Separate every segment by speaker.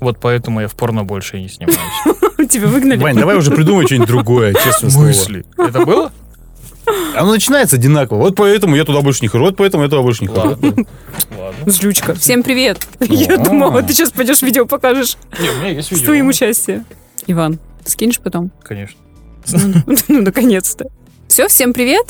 Speaker 1: Вот поэтому я в порно больше и не снимаюсь.
Speaker 2: Тебя выгнали.
Speaker 3: Вань, давай уже придумай что-нибудь другое, честно слово.
Speaker 1: Мысли. Это было?
Speaker 3: Оно начинается одинаково. Вот поэтому я туда больше не хожу, вот поэтому я туда больше не хожу.
Speaker 1: Ладно. Ладно.
Speaker 2: Злючка. Всем привет.
Speaker 1: А.
Speaker 2: Я
Speaker 3: Ну.
Speaker 2: думала, ты сейчас пойдешь видео покажешь
Speaker 1: Не, у меня есть
Speaker 2: с
Speaker 1: видео.
Speaker 2: твоим участием. Иван, скинешь потом?
Speaker 1: Конечно.
Speaker 2: Ну, наконец-то. Все, всем привет.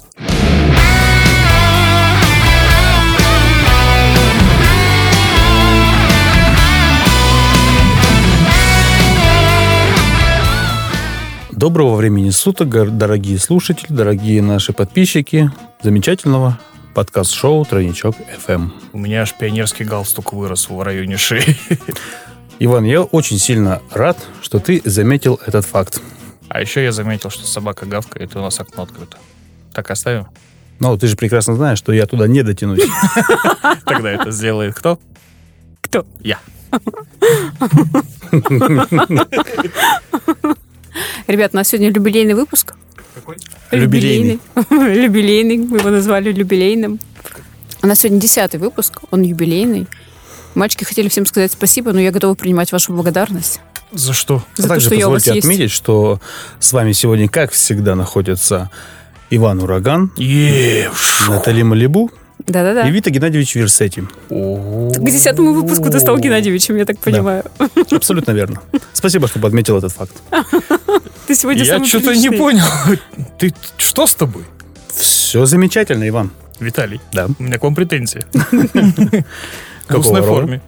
Speaker 3: Доброго времени суток, гор- дорогие слушатели, дорогие наши подписчики. Замечательного подкаст-шоу «Тройничок FM.
Speaker 1: У меня аж пионерский галстук вырос в районе шеи.
Speaker 3: Иван, я очень сильно рад, что ты заметил этот факт.
Speaker 1: А еще я заметил, что собака гавкает, и у нас окно открыто. Так оставим?
Speaker 3: Но ты же прекрасно знаешь, что я туда не дотянусь.
Speaker 1: Тогда это сделает кто?
Speaker 2: Кто?
Speaker 1: Я.
Speaker 2: Ребят, у нас сегодня юбилейный выпуск.
Speaker 1: Какой?
Speaker 3: Юбилейный.
Speaker 2: Юбилейный. Юбилейный. Мы его назвали юбилейным. У нас сегодня десятый выпуск. Он юбилейный. Мальчики хотели всем сказать спасибо, но я готова принимать вашу благодарность.
Speaker 1: За что?
Speaker 3: А
Speaker 2: За то,
Speaker 3: также
Speaker 2: что я у вас
Speaker 3: позвольте
Speaker 2: есть.
Speaker 3: отметить, что с вами сегодня, как всегда, находятся Иван Ураган, Натали Малибу
Speaker 2: Да-да-да.
Speaker 3: и Вита Геннадьевич Версети.
Speaker 2: К
Speaker 1: К
Speaker 2: десятому выпуску ты стал Геннадьевичем, я так понимаю.
Speaker 3: Абсолютно верно. Спасибо, что подметил этот факт.
Speaker 2: Ты сегодня
Speaker 1: Я
Speaker 2: самый
Speaker 1: что-то не
Speaker 2: приличный.
Speaker 1: понял. Ты т- что с тобой?
Speaker 3: Все замечательно, Иван.
Speaker 1: Виталий,
Speaker 3: Да.
Speaker 1: у меня к вам претензии. В
Speaker 3: Какого
Speaker 1: устной
Speaker 3: рода?
Speaker 1: форме.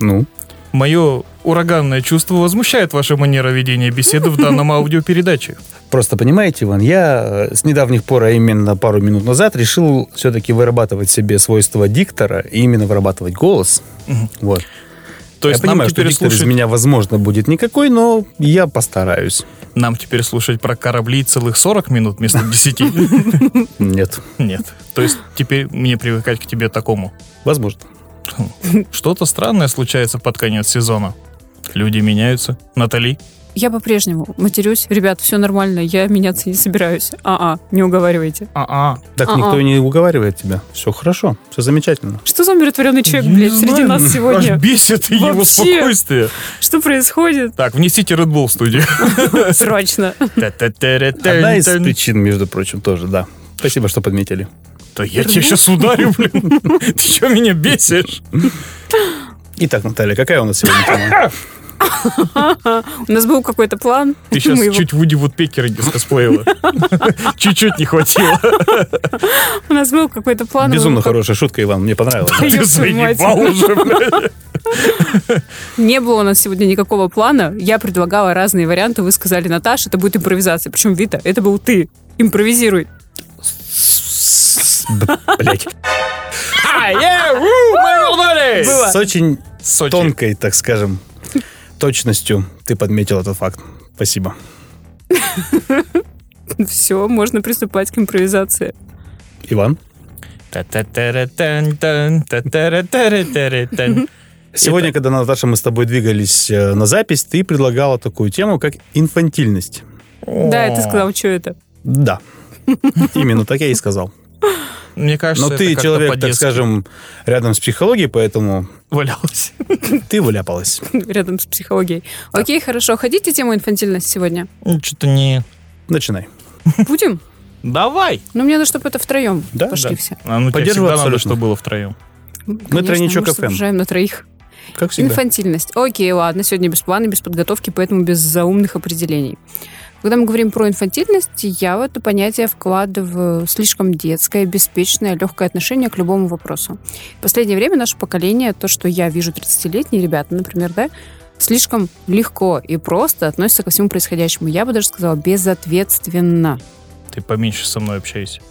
Speaker 3: Ну,
Speaker 1: Мое ураганное чувство возмущает ваша манера ведения беседы в данном аудиопередаче.
Speaker 3: Просто понимаете, Иван, я э, с недавних пор, а именно пару минут назад, решил все-таки вырабатывать себе свойства диктора и именно вырабатывать голос.
Speaker 1: Мгм.
Speaker 3: Вот.
Speaker 1: То есть
Speaker 3: я
Speaker 1: нам
Speaker 3: понимаю, что
Speaker 1: теперь
Speaker 3: диктор из
Speaker 1: слушать...
Speaker 3: меня, возможно, будет никакой, но я постараюсь.
Speaker 1: Нам теперь слушать про корабли целых 40 минут вместо 10?
Speaker 3: Нет.
Speaker 1: Нет. То есть теперь мне привыкать к тебе такому.
Speaker 3: Возможно.
Speaker 1: Что-то странное случается под конец сезона. Люди меняются. Натали,
Speaker 2: Я по-прежнему матерюсь. Ребят, все нормально, я меняться не собираюсь. А-а, не уговаривайте.
Speaker 1: а-а,
Speaker 3: Так
Speaker 2: А-а.
Speaker 3: никто и не уговаривает тебя. Все хорошо, все замечательно.
Speaker 2: Что за умиротворенный человек, блядь, среди нас сегодня?
Speaker 1: Аж бесит его
Speaker 2: Вообще.
Speaker 1: спокойствие.
Speaker 2: Что происходит?
Speaker 1: Так, внесите Red Bull в студию.
Speaker 2: Срочно.
Speaker 3: Одна из
Speaker 1: Та-та-та-ра-тань-тань.
Speaker 3: причин, между прочим, тоже, да. Спасибо, что подметили.
Speaker 1: Да я тебя сейчас ударю, блин. Ты что меня бесишь?
Speaker 3: Итак, Наталья, какая у нас сегодня тема?
Speaker 2: У нас был какой-то план.
Speaker 1: Ты сейчас
Speaker 2: Мы его-
Speaker 1: чуть Вуди Вудпекера не скосплеила. Чуть-чуть не хватило.
Speaker 2: У нас был какой-то план. мы
Speaker 3: Безумно
Speaker 2: его-
Speaker 3: хорошая шутка, Иван, мне понравилось.
Speaker 2: Да
Speaker 1: Ты
Speaker 2: ёб твою мать.
Speaker 1: заебал уже, блядь.
Speaker 2: Не было у нас сегодня никакого плана. Я предлагала разные варианты. Вы сказали, Наташа, это будет импровизация. Причем, Вита, это был ты. Импровизируй.
Speaker 3: Блять.
Speaker 1: А, е, у, мы вернулись!
Speaker 2: Было.
Speaker 3: С очень
Speaker 1: Сочи.
Speaker 3: тонкой, так скажем, точностью ты подметил этот факт. Спасибо.
Speaker 2: Все, Ну можно приступать к импровизации.
Speaker 3: Иван,
Speaker 1: Та-та-та-ра-тань-тань, та-та-ра-та-ра-та-ра-тань.
Speaker 3: сегодня, когда, Наташа, мы с тобой двигались э, на запись, ты предлагала такую тему, как инфантильность.
Speaker 2: Да, и ты сказал, что это?
Speaker 3: Да. Именно так я и сказал.
Speaker 1: Мне кажется,
Speaker 3: Но
Speaker 1: это
Speaker 3: ты
Speaker 1: как-то
Speaker 3: человек, так
Speaker 1: по-детски
Speaker 3: скажем, рядом с психологией, поэтому
Speaker 1: валялось.
Speaker 3: ты вляпалась.
Speaker 2: Рядом с психологией. Окей, хорошо. Хотите тему инфантильность сегодня?
Speaker 1: Что-то Ну, не...
Speaker 3: Начинай.
Speaker 2: Будем?
Speaker 1: Давай!
Speaker 2: Ну, мне надо, чтобы это втроем
Speaker 3: Да,
Speaker 2: пошли
Speaker 3: да.
Speaker 2: все.
Speaker 1: А ну тебе
Speaker 3: Поддерживаю
Speaker 1: всегда надо,
Speaker 3: абсолютно.
Speaker 1: что было втроем.
Speaker 2: Мы
Speaker 3: тройничок FM.
Speaker 2: на троих.
Speaker 3: Как всегда.
Speaker 2: Инфантильность. Окей, ладно, сегодня без плана, без подготовки, поэтому без заумных определений. Когда мы говорим про инфантильность, я в это понятие вкладываю слишком детское, беспечное, легкое отношение к любому вопросу. В последнее время наше поколение, то, что я вижу 30-летние ребята, например, да, слишком легко и просто относятся ко всему происходящему. Я бы даже сказала, безответственно.
Speaker 1: Ты поменьше со мной общайся.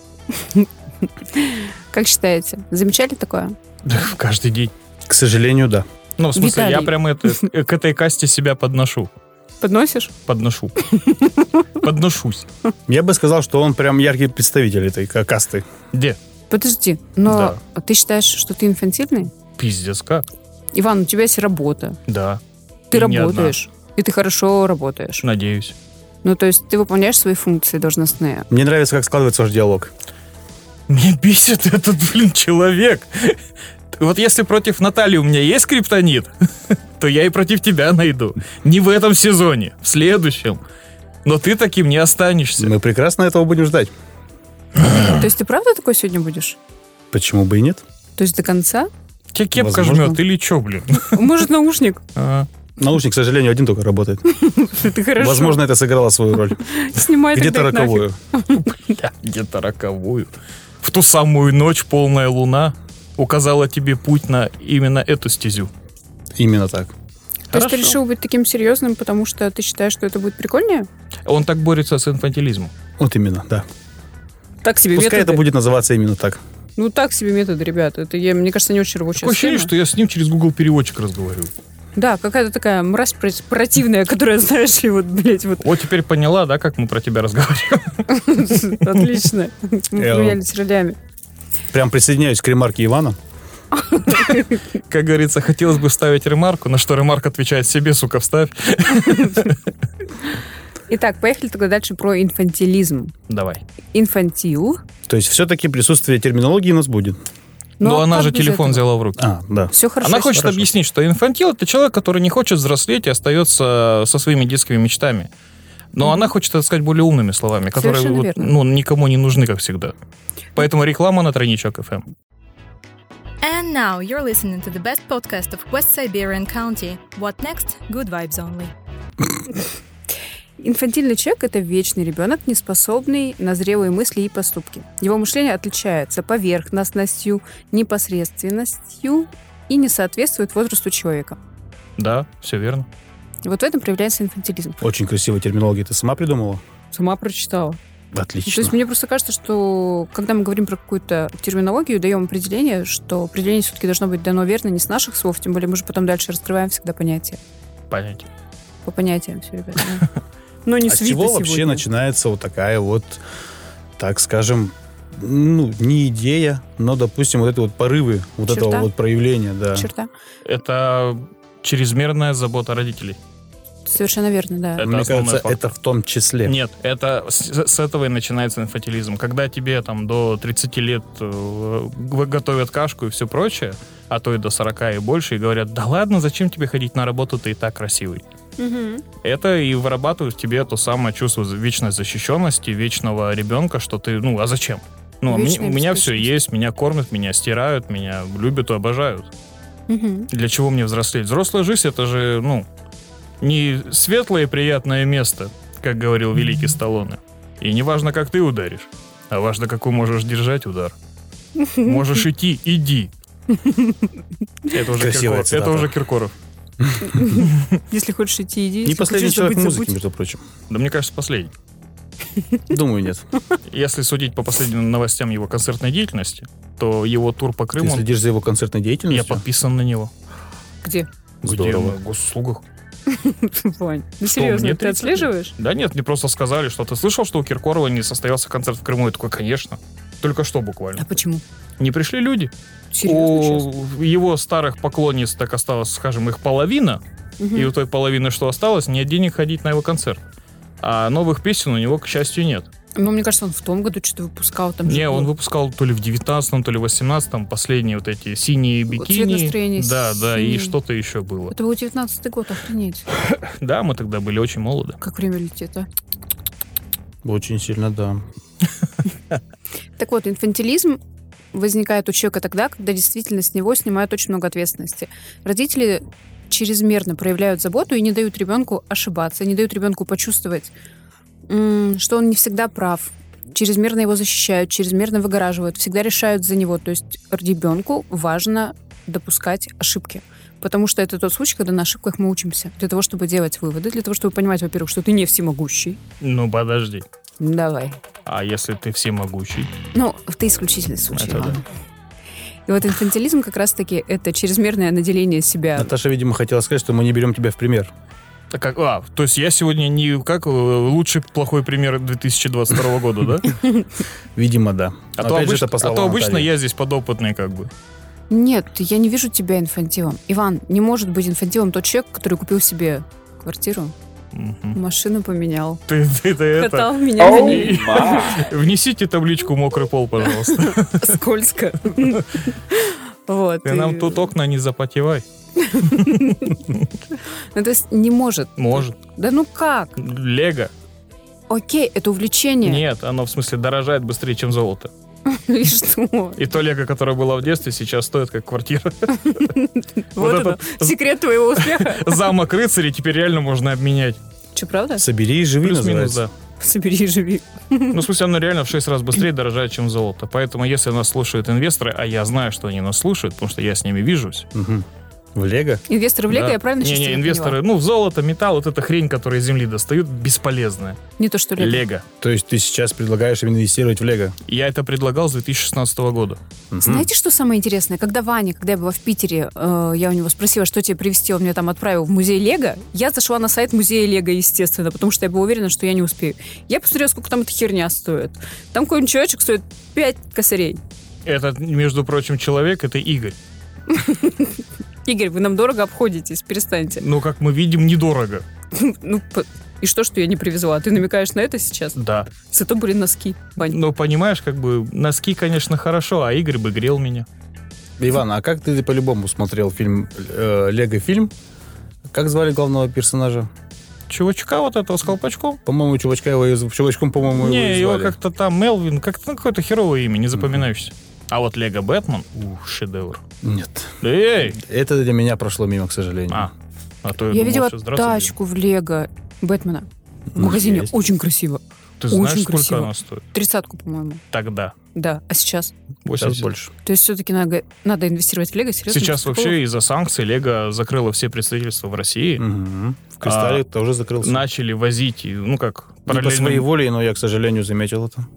Speaker 2: Как считаете, замечали такое?
Speaker 1: Да, каждый день.
Speaker 3: К сожалению, да.
Speaker 1: Ну, в смысле, я
Speaker 2: Виталий.
Speaker 1: прям это, к этой касте себя подношу.
Speaker 2: Подносишь?
Speaker 1: Подношу. Подношусь.
Speaker 3: Я бы сказал, что он прям яркий представитель этой ка- касты.
Speaker 1: Где?
Speaker 2: Подожди, но
Speaker 1: Да.
Speaker 2: ты считаешь, что ты инфантильный?
Speaker 1: Пиздец, как?
Speaker 2: Иван, у тебя есть работа,
Speaker 1: Да,
Speaker 2: ты
Speaker 1: И не одна.
Speaker 2: работаешь, и ты хорошо работаешь.
Speaker 1: надеюсь.
Speaker 2: Ну, то есть ты выполняешь свои функции должностные.
Speaker 3: Мне нравится, как складывается ваш диалог.
Speaker 1: Меня бесит этот, блин, человек. Вот если против Натальи у меня есть криптонит, то я и против тебя найду. Не в этом сезоне, в следующем. Но ты таким не останешься.
Speaker 3: Мы прекрасно этого будем ждать.
Speaker 2: То есть ты правда такой сегодня будешь?
Speaker 3: Почему бы и нет?
Speaker 2: То есть до конца?
Speaker 1: Тебя кепка
Speaker 3: возможно.
Speaker 1: жмет или чё, блин?
Speaker 2: Может, наушник?
Speaker 1: А,
Speaker 3: Наушник, к сожалению, один только работает.
Speaker 2: Ты хорошо.
Speaker 3: Возможно, это сыграло свою роль.
Speaker 2: Снимай
Speaker 3: Где-то
Speaker 2: тогда их нафиг.
Speaker 3: роковую.
Speaker 1: бля, Где-то роковую. В ту самую ночь полная луна указала тебе путь на именно эту стезю.
Speaker 3: Именно так.
Speaker 2: То есть ты
Speaker 1: Хорошо.
Speaker 2: решил быть таким серьезным, потому что ты считаешь, что это будет прикольнее?
Speaker 1: Он так борется с инфантилизмом.
Speaker 3: Вот именно, да.
Speaker 2: Так себе
Speaker 3: Пускай это
Speaker 2: методы.
Speaker 3: будет называться именно так.
Speaker 2: Ну, так себе методы, ребята. Это, я- мне кажется, не очень рабочая
Speaker 1: Такое ощущение,
Speaker 2: схема.
Speaker 1: что я с ним через Google переводчик разговариваю.
Speaker 2: Да, какая-то такая мразь про- противная, которая, знаешь ли, вот, блядь, вот,
Speaker 1: Вот теперь поняла, да, как мы про тебя разговариваем?
Speaker 2: отлично. Мы
Speaker 3: Эо.
Speaker 2: поменялись ролями.
Speaker 3: Прям присоединяюсь к ремарке Ивана.
Speaker 1: Как говорится, хотелось бы вставить ремарку, на что ремарк отвечает себе, сука, вставь.
Speaker 2: Итак, поехали тогда дальше про инфантилизм.
Speaker 1: Давай.
Speaker 2: Инфантил.
Speaker 3: То есть все-таки присутствие терминологии у нас будет.
Speaker 1: Но,
Speaker 2: Ну,
Speaker 1: Ну,
Speaker 2: а
Speaker 1: она же телефон взяла в руки.
Speaker 3: А, да.
Speaker 2: Все хорошо.
Speaker 1: Она хочет
Speaker 3: хорошо.
Speaker 1: объяснить, что инфантил это человек, который не хочет взрослеть и остается со своими детскими мечтами. Но она хочет это сказать более умными словами, которые
Speaker 2: Совершенно
Speaker 1: вот,
Speaker 2: верно.
Speaker 1: ну, никому не нужны, как всегда. Поэтому реклама на тройничок эм. FM.
Speaker 4: And now you're listening to the best podcast of West Siberian County. What next? Good vibes only.
Speaker 2: Инфантильный человек – это вечный ребенок, неспособный на зрелые мысли и поступки. Его мышление отличается поверхностностью, непосредственностью и не соответствует возрасту человека.
Speaker 1: Да, все верно.
Speaker 2: Вот в этом проявляется инфантилизм.
Speaker 3: Очень красивая терминология. Ты сама придумала?
Speaker 2: Сама прочитала. Ну, То
Speaker 3: Отлично.
Speaker 2: есть мне просто кажется, что когда мы говорим про какую-то терминологию, даем определение, что определение все-таки должно быть дано верно не с наших слов, тем более мы же потом дальше раскрываем всегда понятия.
Speaker 1: Понятие.
Speaker 2: По понятиям все, ребята. да. Но не
Speaker 3: От
Speaker 2: свито
Speaker 3: А чего вообще
Speaker 2: сегодня.
Speaker 3: начинается вот такая вот, так скажем, ну, не идея, но, допустим, вот это вот порывы, вот
Speaker 2: Черта.
Speaker 3: этого вот проявления, да.
Speaker 2: Черта.
Speaker 1: Это чрезмерная забота родителей.
Speaker 2: Совершенно верно, да.
Speaker 1: Это
Speaker 3: Мне
Speaker 1: основной
Speaker 3: кажется,
Speaker 1: фактор.
Speaker 3: это в том числе.
Speaker 1: Нет, это с, с этого и начинается инфантилизм. Когда тебе там до 30 лет э, г- готовят кашку и все прочее, а то и до 40 и больше, и говорят, да ладно, зачем тебе ходить на работу, ты и так красивый.
Speaker 2: Мгм.
Speaker 1: Это и вырабатывает в тебе то самое чувство за- вечной защищенности, вечного ребенка, что ты, ну, а зачем? Ну, а мне- у
Speaker 2: Вечная
Speaker 1: меня все
Speaker 2: беспечность.
Speaker 1: есть, меня кормят, меня стирают, меня любят и обожают.
Speaker 2: Мгм.
Speaker 1: Для чего мне взрослеть? Взрослая жизнь — это же, ну, не светлое и приятное место, как говорил великий Сталлоне. И не важно, как ты ударишь, а важно, какой можешь держать удар. Можешь идти — иди. Это уже,
Speaker 3: Красивая
Speaker 1: Киркоров. это
Speaker 3: цитата.
Speaker 1: уже Киркоров.
Speaker 2: Если хочешь идти, иди.
Speaker 3: Не
Speaker 2: Если
Speaker 3: последний
Speaker 2: хочешь
Speaker 3: человек
Speaker 2: забыть,
Speaker 3: музыки,
Speaker 2: забудь.
Speaker 3: между прочим.
Speaker 1: Да мне кажется, последний.
Speaker 3: Думаю, нет.
Speaker 1: Если судить по последним новостям его концертной деятельности, то его тур по
Speaker 3: Ты
Speaker 1: Крыму, он-
Speaker 3: следишь за его концертной
Speaker 1: я
Speaker 3: деятельностью?
Speaker 1: подписан на него.
Speaker 2: Где?
Speaker 3: Здорово.
Speaker 1: Где на госуслугах.
Speaker 2: Вань, ну
Speaker 1: Что,
Speaker 2: серьезно,
Speaker 1: мне 30
Speaker 2: ты
Speaker 1: лет?
Speaker 2: отслеживаешь?
Speaker 1: Да нет, мне просто сказали, что ты слышал, что у Киркорова не состоялся концерт в Крыму. Я такой, конечно. Только что буквально.
Speaker 2: А почему?
Speaker 1: Не пришли люди.
Speaker 2: Серьезно, честно?
Speaker 1: у его старых поклонниц так осталось, скажем, их половина.
Speaker 2: Мгм.
Speaker 1: И у той половины, что осталось, нет денег ходить на его концерт. А новых песен у него, к счастью, нет.
Speaker 2: Ну, мне кажется, он в том году что-то выпускал. Там
Speaker 1: Не,
Speaker 2: же
Speaker 1: он
Speaker 2: был
Speaker 1: выпускал то ли в 19-м, то ли в 18-м последние вот эти синие бикини.
Speaker 2: настроения
Speaker 1: Да, да, и
Speaker 2: синий.
Speaker 1: что-то еще было.
Speaker 2: Это был 19-й год, охренеть.
Speaker 1: Да, мы тогда были очень молоды.
Speaker 2: Как время летит, а.
Speaker 3: Очень сильно, да.
Speaker 2: Так вот, инфантилизм возникает у человека тогда, когда действительно с него снимают очень много ответственности. Родители чрезмерно проявляют заботу и не дают ребенку ошибаться, не дают ребенку почувствовать, м, что он не всегда прав. Чрезмерно его защищают, чрезмерно выгораживают, всегда решают за него. То есть ребенку важно допускать ошибки. Потому что это тот случай, когда на ошибках мы учимся. Для того, чтобы делать выводы, для того, чтобы понимать, во-первых, что ты не всемогущий.
Speaker 1: Ну, подожди.
Speaker 2: Давай.
Speaker 1: А если ты всемогущий?
Speaker 2: Ну, ты исключительный случай.
Speaker 1: Это да.
Speaker 2: ладно. И вот инфантилизм как раз-таки это чрезмерное наделение
Speaker 1: Ну
Speaker 2: себя.
Speaker 3: Наташа, видимо, хотела сказать, что мы не берем тебя в пример.
Speaker 1: Так как, а, то есть я сегодня не как э, лучший плохой пример 2022 года, да?
Speaker 3: Видимо, да.
Speaker 1: А
Speaker 3: Опять
Speaker 1: то
Speaker 3: же,
Speaker 1: обычно-
Speaker 3: это по
Speaker 1: а
Speaker 3: словам
Speaker 1: то обычно
Speaker 3: Натальи.
Speaker 1: я здесь подопытный как бы.
Speaker 2: Нет, я не вижу тебя инфантилом. Иван, не может быть инфантилом тот человек, который купил себе квартиру,
Speaker 1: Мгм.
Speaker 2: машину поменял,
Speaker 1: Ты ты- ты это...
Speaker 2: катал меня на ней
Speaker 1: Внесите табличку «Мокрый пол», пожалуйста.
Speaker 2: скользко. Вот.
Speaker 1: Ты
Speaker 2: и-
Speaker 1: нам тут окна не запотевай.
Speaker 2: Ну, то есть не может.
Speaker 1: Может.
Speaker 2: Да ну как?
Speaker 1: Лего.
Speaker 2: Окей, это увлечение.
Speaker 1: Нет, оно в смысле дорожает быстрее, чем золото.
Speaker 2: И что?
Speaker 1: И то лего, которое было в детстве, сейчас стоит как квартира.
Speaker 2: Вот
Speaker 1: Вот
Speaker 2: оно, секрет твоего успеха.
Speaker 1: Замок рыцарей теперь реально можно обменять.
Speaker 2: Че, правда?
Speaker 3: Собери Ну, и живи,
Speaker 1: Плюс-минус,
Speaker 3: называется.
Speaker 1: да.
Speaker 2: Собери и живи.
Speaker 1: Ну, в смысле, оно реально в 6 раз быстрее дорожает, чем золото. Поэтому, если нас слушают инвесторы, а я знаю, что они нас слушают, потому что я с ними вижусь.
Speaker 3: Мгм. В Лего?
Speaker 2: Инвесторы в Лего,
Speaker 1: да.
Speaker 2: я правильно сейчас
Speaker 1: Не-не,
Speaker 2: тебя
Speaker 1: инвесторы,
Speaker 2: поняла?
Speaker 1: ну, в золото, металл, вот эта хрень, которую из земли достают, бесполезная.
Speaker 2: Не то, что Лего.
Speaker 1: Лего.
Speaker 3: То есть ты сейчас предлагаешь им инвестировать в Лего?
Speaker 1: Я это предлагал с 2016 года.
Speaker 3: Мгм.
Speaker 2: Знаете, что самое интересное? Когда Ваня, когда я была в Питере, э, я у него спросила, что тебе привезти, он меня там отправил в музей Лего. Я зашла на сайт музея Лего, естественно, потому что я была уверена, что я не успею. Я посмотрела, сколько там эта херня стоит. Там какой-нибудь человечек стоит 5 косарей.
Speaker 1: Этот, между прочим, человек, это Игорь.
Speaker 2: Игорь, вы нам дорого обходитесь, перестаньте.
Speaker 1: Но, как мы видим, недорого.
Speaker 2: Ну, п- и что, что я не привезла? А Ты намекаешь на это сейчас?
Speaker 1: Да.
Speaker 2: Зато были носки, Вань.
Speaker 1: Но, понимаешь, как бы, носки, конечно, хорошо, а Игорь бы грел меня.
Speaker 3: Иван, а как ты по-любому смотрел фильм э, Лего-фильм? Как звали главного персонажа?
Speaker 1: Чувачка вот этого с колпачком?
Speaker 3: По-моему, чувачка его из- чувачком, по-моему,
Speaker 1: не,
Speaker 3: его, и
Speaker 1: его
Speaker 3: звали.
Speaker 1: как-то там Мелвин, как-то ну, какое-то херовое имя, не запоминающееся. А вот Лего Бэтмен, ух, шедевр.
Speaker 3: Нет.
Speaker 1: Эй!
Speaker 3: Это для меня прошло мимо, к сожалению.
Speaker 1: А, а то
Speaker 2: Я,
Speaker 1: думал,
Speaker 2: видела
Speaker 1: что здравствуй,
Speaker 2: тачку в Лего Бэтмена. В
Speaker 3: Ну,
Speaker 2: магазине
Speaker 3: есть.
Speaker 2: очень красиво.
Speaker 1: блин. Ты знаешь,
Speaker 2: очень
Speaker 1: сколько
Speaker 2: красиво.
Speaker 1: она стоит?
Speaker 2: Тридцатку, по-моему.
Speaker 1: Тогда.
Speaker 2: Да, а сейчас?
Speaker 3: Сейчас
Speaker 1: 80.
Speaker 3: больше.
Speaker 2: То есть все-таки надо, надо инвестировать в Лего? Серьезно?
Speaker 1: Сейчас
Speaker 2: Такого?
Speaker 1: вообще из-за санкций Лего закрыла все представительства в России.
Speaker 3: Мгм. В «Кристалле» тоже закрылся.
Speaker 1: Начали возить, и, ну как,
Speaker 3: Не по
Speaker 1: параллельно...
Speaker 3: своей воле, но я, к сожалению, заметил это.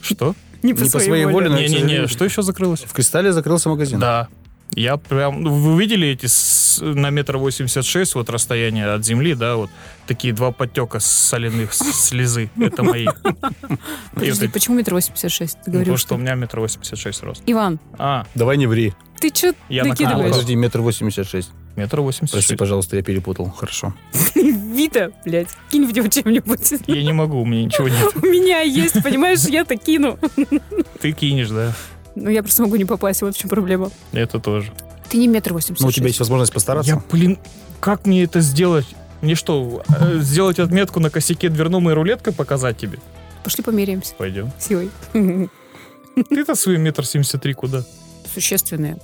Speaker 1: Что?
Speaker 3: Не по своей воле, но я, к
Speaker 1: Не-не-не,
Speaker 3: сожалению,
Speaker 1: что еще закрылось?
Speaker 3: В «Кристалле» закрылся магазин.
Speaker 1: Да. Я прям... ну, Вы видели эти с- на метр восемьдесят шесть, вот расстояние от земли, да, вот такие два подтека соляных с- слезы. Это мои. И вот
Speaker 2: Подожди,
Speaker 1: эти-
Speaker 2: почему метр восемьдесят шесть? Ты
Speaker 1: Ну,
Speaker 2: говорил,
Speaker 1: Потому что
Speaker 2: что...
Speaker 1: у меня метр восемьдесят шесть рост. А,
Speaker 2: Иван,
Speaker 1: А,
Speaker 3: Давай не ври.
Speaker 2: ты что
Speaker 1: Я
Speaker 3: А,
Speaker 1: накрыл.
Speaker 2: накидываешь?
Speaker 3: подожди, метр восемьдесят шесть.
Speaker 1: метр восемьдесят
Speaker 3: Прости,
Speaker 1: шесть.
Speaker 3: пожалуйста, я перепутал. Хорошо.
Speaker 2: Вита, блядь, кинь в него чем-нибудь.
Speaker 1: Я не могу, у меня ничего нет.
Speaker 2: У меня есть, понимаешь, я-то кину.
Speaker 1: Ты кинешь, да?
Speaker 2: Ну, я просто могу не попасть, вот в чем проблема.
Speaker 1: Это тоже.
Speaker 2: Ты не метр восемьдесят
Speaker 3: Ну, у тебя есть возможность
Speaker 1: Я,
Speaker 3: постараться.
Speaker 1: блин, как мне это сделать? Мне что, э, сделать отметку на косяке дверном и рулеткой показать тебе?
Speaker 2: Пошли померяемся
Speaker 1: Пойдем.
Speaker 2: силой.
Speaker 1: Ты-то свой метр семьдесят три куда?
Speaker 2: Существенные.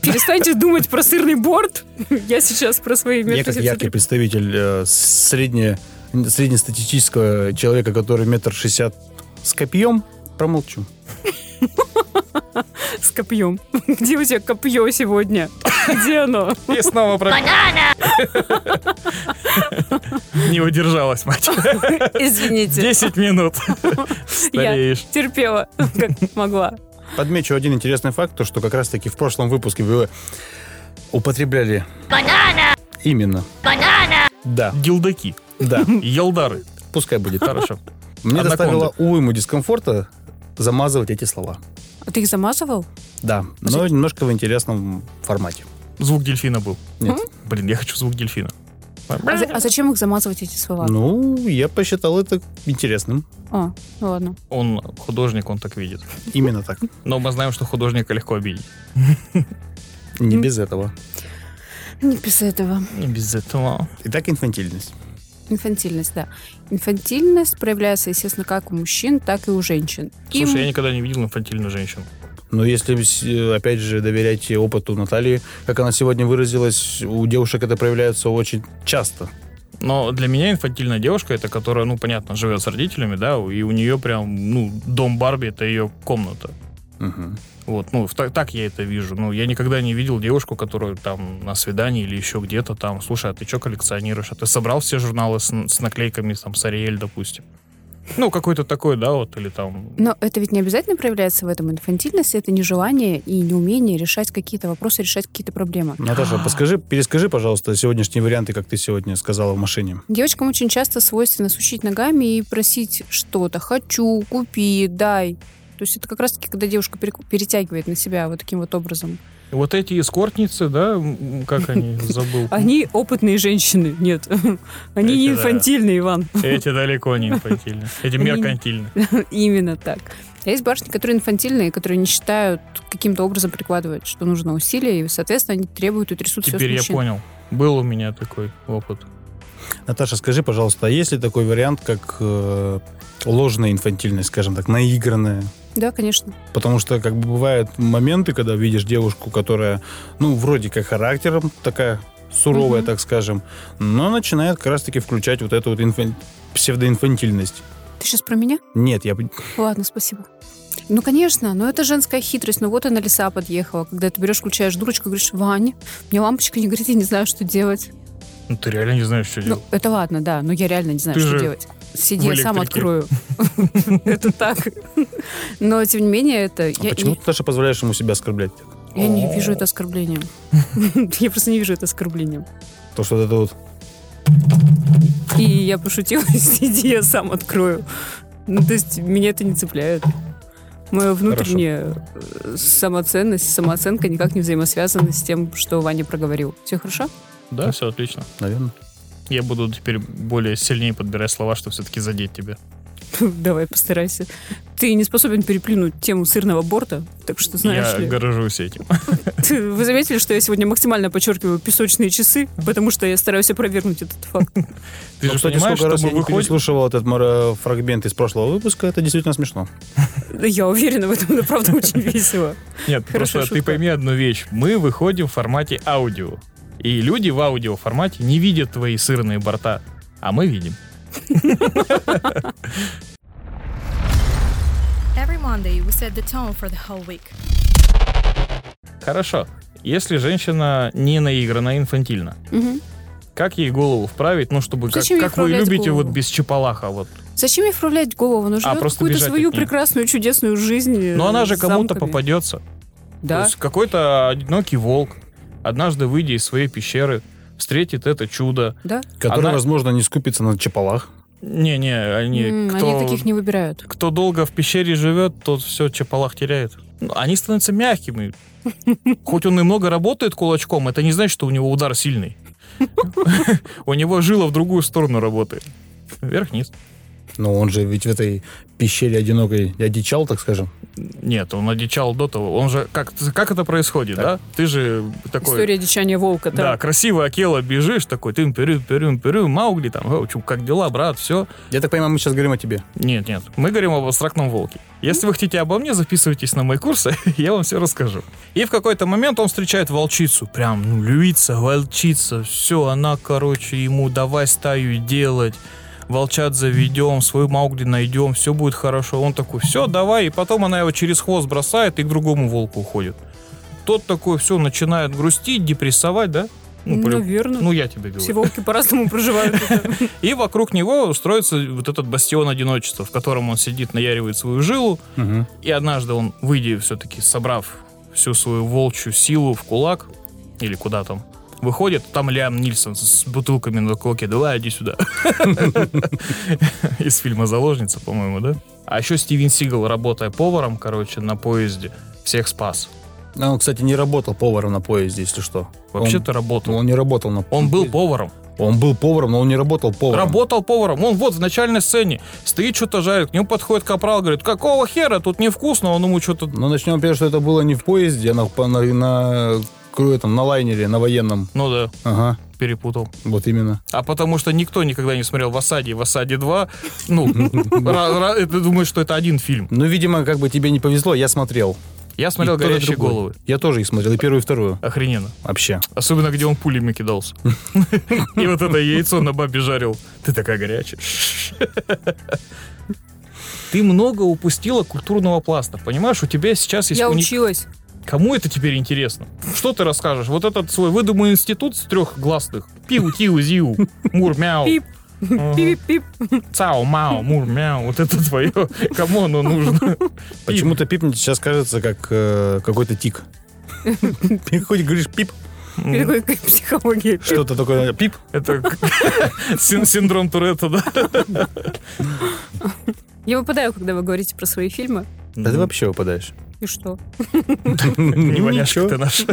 Speaker 2: Перестаньте думать про сырный борт. Я сейчас про свои
Speaker 3: Я,
Speaker 2: метр
Speaker 3: как яркий представитель э, средне- среднестатистического человека, который метр шестьдесят с копьем, промолчу.
Speaker 2: с копьем. Где у тебя копье сегодня? Где оно?
Speaker 1: И снова про... Не удержалась, мать.
Speaker 2: Извините.
Speaker 1: Десять минут.
Speaker 2: Я
Speaker 1: Стареешь.
Speaker 2: терпела, как могла.
Speaker 3: Подмечу один интересный факт, то что как раз-таки в прошлом выпуске вы употребляли... Банана! Именно. Банана!
Speaker 1: Гилдаки.
Speaker 3: Да, да,
Speaker 1: Елдары.
Speaker 3: пускай будет.
Speaker 1: Хорошо.
Speaker 3: Мне
Speaker 1: Анаконда.
Speaker 3: доставило уйму дискомфорта замазывать эти слова.
Speaker 2: А ты их замазывал?
Speaker 3: Да, но немножко в интересном формате.
Speaker 1: Звук дельфина был.
Speaker 3: Нет.
Speaker 1: Блин, я хочу звук дельфина.
Speaker 2: А, за- а зачем их замазывать, эти слова?
Speaker 3: Ну, я посчитал это интересным.
Speaker 2: А, ну ладно.
Speaker 1: Он художник, он так видит.
Speaker 3: Именно так.
Speaker 1: Но мы знаем, что художника легко обидеть.
Speaker 3: Не без этого.
Speaker 2: Не без этого.
Speaker 1: Не без этого.
Speaker 3: Итак, инфантильность.
Speaker 2: Инфантильность, да. Инфантильность проявляется, естественно, как у мужчин, так и у женщин. Им-
Speaker 1: Слушай, я никогда не видел инфантильную женщину.
Speaker 3: Но если, э, опять же, доверять опыту Натальи, как она сегодня выразилась, у девушек это проявляется очень часто.
Speaker 1: Но для меня инфантильная девушка, это которая, ну, понятно, живет с родителями, да, и у нее прям, ну, дом Барби, это ее комната.
Speaker 3: Мгм.
Speaker 1: Вот, ну, в- так, так я это вижу. Ну, я никогда не видел девушку, которая там на свидании или еще где-то там, слушай, а ты что коллекционируешь? А ты собрал все журналы с, с наклейками, там, с Ариэль, допустим? Ну, какой-то такой, да, вот, или там...
Speaker 2: Но это ведь не обязательно проявляется в этом. Инфантильность — это нежелание и неумение решать какие-то вопросы, решать какие-то проблемы.
Speaker 3: Наташа, подскажи, перескажи, пожалуйста, сегодняшние варианты, как ты сегодня сказала в машине.
Speaker 2: Девочкам очень часто свойственно сучить ногами и просить что-то. «Хочу», «Купи», «Дай». То есть это как раз-таки, когда девушка переку- перетягивает на себя вот таким вот образом.
Speaker 1: Вот эти эскортницы, да, м, как они, забыл.
Speaker 2: Они опытные женщины, нет. Они не
Speaker 1: Эти, да.
Speaker 2: инфантильные, Иван.
Speaker 1: Эти далеко не инфантильны. Эти меркантильны.
Speaker 2: Именно так. А есть барышни, которые инфантильные, которые не считают, каким-то образом прикладывают, что нужно усилие, и, соответственно, они требуют и трясут все с
Speaker 1: Теперь я
Speaker 2: мужчин.
Speaker 1: понял. Был у меня такой опыт.
Speaker 3: Наташа, скажи, пожалуйста, а есть ли такой вариант, как э, ложная инфантильность, скажем так, наигранная?
Speaker 2: Да, конечно.
Speaker 3: Потому что, как бы, бывают моменты, когда видишь девушку, которая, ну, вроде как характером такая суровая,
Speaker 2: Мгм.
Speaker 3: так скажем, но начинает как раз-таки включать вот эту вот инфан- псевдоинфантильность.
Speaker 2: Ты сейчас про меня?
Speaker 3: Нет, я... бы-
Speaker 2: Ладно, спасибо. Ну, конечно, но это женская хитрость. Ну, вот она лиса подъехала. Когда ты берешь, включаешь дурочку, говоришь, Вань, мне лампочка не горит, я не знаю, что делать.
Speaker 1: Ну, ты реально не знаешь, что
Speaker 2: Ну,
Speaker 1: делать.
Speaker 2: это ладно, да, но я реально не знаю,
Speaker 1: Ты
Speaker 2: что
Speaker 1: же
Speaker 2: делать. Сиди,
Speaker 1: в
Speaker 2: я сам
Speaker 1: электрике.
Speaker 2: открою. Это так. Но, тем не менее, это...
Speaker 3: А
Speaker 2: я-
Speaker 3: почему ты, Наташа, позволяешь ему себя оскорблять?
Speaker 2: Я не вижу это оскорблением. Я просто не вижу это оскорблением.
Speaker 3: То, что вот это вот...
Speaker 2: И я пошутила, сиди, я сам открою. Ну, то есть меня это не цепляет. Моя внутренняя э, самоценность, самооценка никак не взаимосвязана с тем, что Ваня проговорил. Все хорошо?
Speaker 1: Да, все отлично.
Speaker 3: Наверное.
Speaker 1: Я буду теперь более сильнее подбирать слова, чтобы все-таки задеть тебя.
Speaker 2: Давай, постарайся. Ты не способен переплюнуть тему сырного борта, так что знаешь
Speaker 1: я
Speaker 2: ли. Ну,
Speaker 1: горжусь этим.
Speaker 2: Ты- Вы заметили, что я сегодня максимально подчеркиваю песочные часы, потому что я стараюсь опровергнуть этот факт.
Speaker 1: Ты
Speaker 3: Но,
Speaker 1: же
Speaker 3: Ну, кстати,
Speaker 1: понимаешь,
Speaker 3: сколько
Speaker 1: что
Speaker 3: раз
Speaker 1: мы
Speaker 3: я не
Speaker 1: выходим...
Speaker 3: переслушивал этот мор- э, фрагмент из прошлого выпуска, это действительно смешно.
Speaker 2: Я уверена в этом, это правда очень весело.
Speaker 1: Нет,
Speaker 2: Хорошая
Speaker 1: просто ты
Speaker 2: шутка.
Speaker 1: пойми одну вещь. Мы выходим в формате аудио. И люди в аудио формате не видят твои сырные борта. А мы видим.
Speaker 4: Every Monday, we set the tone for the whole week.
Speaker 1: Хорошо. Если женщина не наиграна инфантильно,
Speaker 2: Мгм.
Speaker 1: как ей голову вправить, ну, чтобы, как,
Speaker 2: Зачем ей
Speaker 1: как вы
Speaker 2: вправлять
Speaker 1: любите,
Speaker 2: голову?
Speaker 1: вот без чапалаха, вот.
Speaker 2: Зачем ей вправлять голову? Она живет
Speaker 1: А, просто
Speaker 2: какую-то
Speaker 1: бежать
Speaker 2: свою
Speaker 1: от нее.
Speaker 2: прекрасную, чудесную жизнь. э,
Speaker 1: Но она же
Speaker 2: с
Speaker 1: кому-то
Speaker 2: замками.
Speaker 1: попадется. То
Speaker 2: Да.
Speaker 1: есть какой-то одинокий волк, однажды выйдя из своей пещеры, встретит это чудо.
Speaker 2: Да?
Speaker 3: Который,
Speaker 1: Она-
Speaker 3: возможно, не скупится на чапалах.
Speaker 1: Не-не, они,
Speaker 2: М,
Speaker 1: кто,
Speaker 2: Они таких не выбирают.
Speaker 1: кто долго в пещере живет, тот все чапалах теряет. Ну, Они становятся мягкими. Хоть он и много работает кулачком, это не значит, что у него удар сильный. У него жила в другую сторону работает. Вверх-вниз.
Speaker 3: Но он же ведь в этой пещере одинокой одичал, так скажем.
Speaker 1: Нет, он одичал до того. Он же... Как, как это происходит, да? Ты же такой...
Speaker 2: История дичания волка.
Speaker 1: Да, красиво Акела бежишь, такой, ты пирю пирю пирю Маугли там, «О, чё, как дела, брат, все.
Speaker 3: Я так понимаю, мы сейчас говорим о тебе.
Speaker 1: Нет, нет, мы говорим об абстрактном волке. Если вы хотите обо мне, записывайтесь на мои курсы, я вам все расскажу. И в какой-то момент он встречает волчицу, прям, ну, львица, волчица, все, она, короче, ему давай стаю делать, волчат заведем, свой Маугли найдем, все будет хорошо. Он такой, все, давай, и потом она его через хвост бросает и к другому волку уходит. Тот такой, все, начинает грустить, депрессовать, да? по-любому.
Speaker 2: Наверное.
Speaker 1: Ну, я тебе говорю.
Speaker 2: Все волки по-разному проживают.
Speaker 1: И вокруг него строится вот этот бастион одиночества, в котором он сидит, наяривает свою жилу. И однажды он, выйдя все-таки, собрав всю свою волчью силу в кулак, или куда там, выходит, там Лиам Нильсон с бутылками на кулаке, давай, иди сюда. Из фильма «Заложница», по-моему, да? А еще Стивен Сигал, работая поваром, короче, на поезде, всех спас.
Speaker 3: А Он, кстати, не работал поваром на поезде, если что.
Speaker 1: Вообще-то
Speaker 3: он, ну,
Speaker 1: работал.
Speaker 3: он не работал на
Speaker 1: Он был поваром.
Speaker 3: Он был поваром, но он не работал поваром.
Speaker 1: Работал поваром. Он вот в начальной сцене стоит, что-то жарит. К нему подходит капрал, говорит, какого хера, тут невкусно. Он ему что-то...
Speaker 3: Но Ну, начнем первое, что это было не в поезде, а на, по- на, на, кру- этом, на лайнере, на военном.
Speaker 1: Ну да,
Speaker 3: Ага,
Speaker 1: перепутал.
Speaker 3: вот именно.
Speaker 1: А потому что никто никогда не смотрел в «Осаде» и в «Осаде 2». Ну, ра- ра- ты думаешь, что это один фильм.
Speaker 3: Ну, видимо, как бы тебе не повезло, я смотрел.
Speaker 1: Я смотрел
Speaker 3: И тот, и
Speaker 1: «Горящие
Speaker 3: другой.
Speaker 1: головы».
Speaker 3: Я тоже их смотрел, и первую, и вторую.
Speaker 1: Охрененно.
Speaker 3: Вообще.
Speaker 1: Особенно, где он пулями кидался. И вот это яйцо на бабе жарил. Ты такая горячая. Ты много упустила культурного пласта, понимаешь? У тебя сейчас есть
Speaker 2: Я
Speaker 1: уни-
Speaker 2: училась.
Speaker 1: Кому это теперь интересно? Что ты расскажешь? Вот этот свой выдуманный институт с трех гласных. Пиу, тиу, зиу, мур, мяу.
Speaker 2: Пип. Пип-пип.
Speaker 1: Цау, мау, мур, мяу. Вот это твое. Кому оно нужно?
Speaker 3: Почему-то пип мне сейчас кажется как э, какой-то тик. Приходишь, говоришь пип,
Speaker 1: М,
Speaker 2: Такой как психология.
Speaker 3: что-то такое, пип.
Speaker 1: Это к- син- синдром Туретта, да?
Speaker 2: Я выпадаю, когда вы говорите про свои фильмы.
Speaker 3: Да ты вообще выпадаешь. Ну,
Speaker 2: И что?
Speaker 1: Не воняшка
Speaker 3: Ничего.
Speaker 1: ты наша.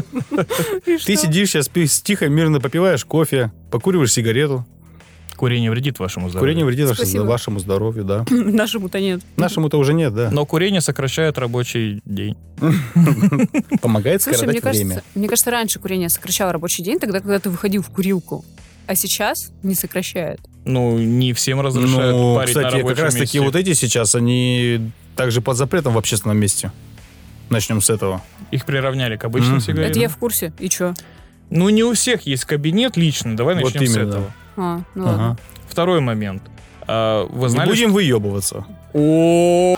Speaker 2: И
Speaker 3: Ты
Speaker 2: что?
Speaker 3: сидишь сейчас пи- тихо, мирно попиваешь кофе, покуриваешь сигарету.
Speaker 1: Курение вредит вашему здоровью.
Speaker 3: Курение вредит ваше-
Speaker 2: Спасибо.
Speaker 3: вашему здоровью, да.
Speaker 2: Нашему-то нет.
Speaker 3: Нашему-то уже нет, да.
Speaker 1: Но курение сокращает рабочий день.
Speaker 3: Ну, Помогает
Speaker 2: Слушай, мне
Speaker 3: скоротать время.
Speaker 2: кажется, мне кажется, раньше курение сокращало рабочий день, тогда, когда ты выходил в курилку. А сейчас не сокращает.
Speaker 1: Ну, не всем разрешают
Speaker 3: Ну,
Speaker 1: парить на
Speaker 3: кстати,
Speaker 1: рабочем
Speaker 3: как раз таки
Speaker 1: месте.
Speaker 3: вот эти сейчас, они также под запретом в общественном месте. Начнем с этого.
Speaker 1: Их приравняли к обычным
Speaker 3: Мгм.
Speaker 1: сигаретам.
Speaker 2: Это я в курсе. И чё?
Speaker 1: Ну, не у всех есть кабинет личный. Давай
Speaker 3: Вот
Speaker 1: начнем с
Speaker 3: именно.
Speaker 1: этого.
Speaker 2: А, ну
Speaker 3: Ага.
Speaker 2: ладно.
Speaker 1: Второй момент. А, вы
Speaker 3: Не
Speaker 1: знали,
Speaker 3: будем выебываться.
Speaker 1: О!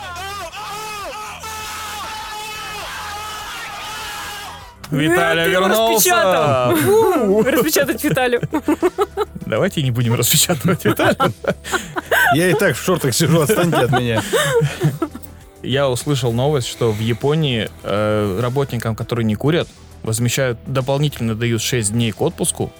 Speaker 1: Виталий
Speaker 2: Э, ты его
Speaker 1: вернулся!
Speaker 2: распечатал! Уху! Распечатать Виталию.
Speaker 1: Давайте не будем распечатывать Виталия.
Speaker 3: Я и так в шортах сижу, отстаньте от меня.
Speaker 1: Я услышал новость, что в Японии э, работникам, которые не курят, возмещают, дополнительно дают 6 дней к отпуску,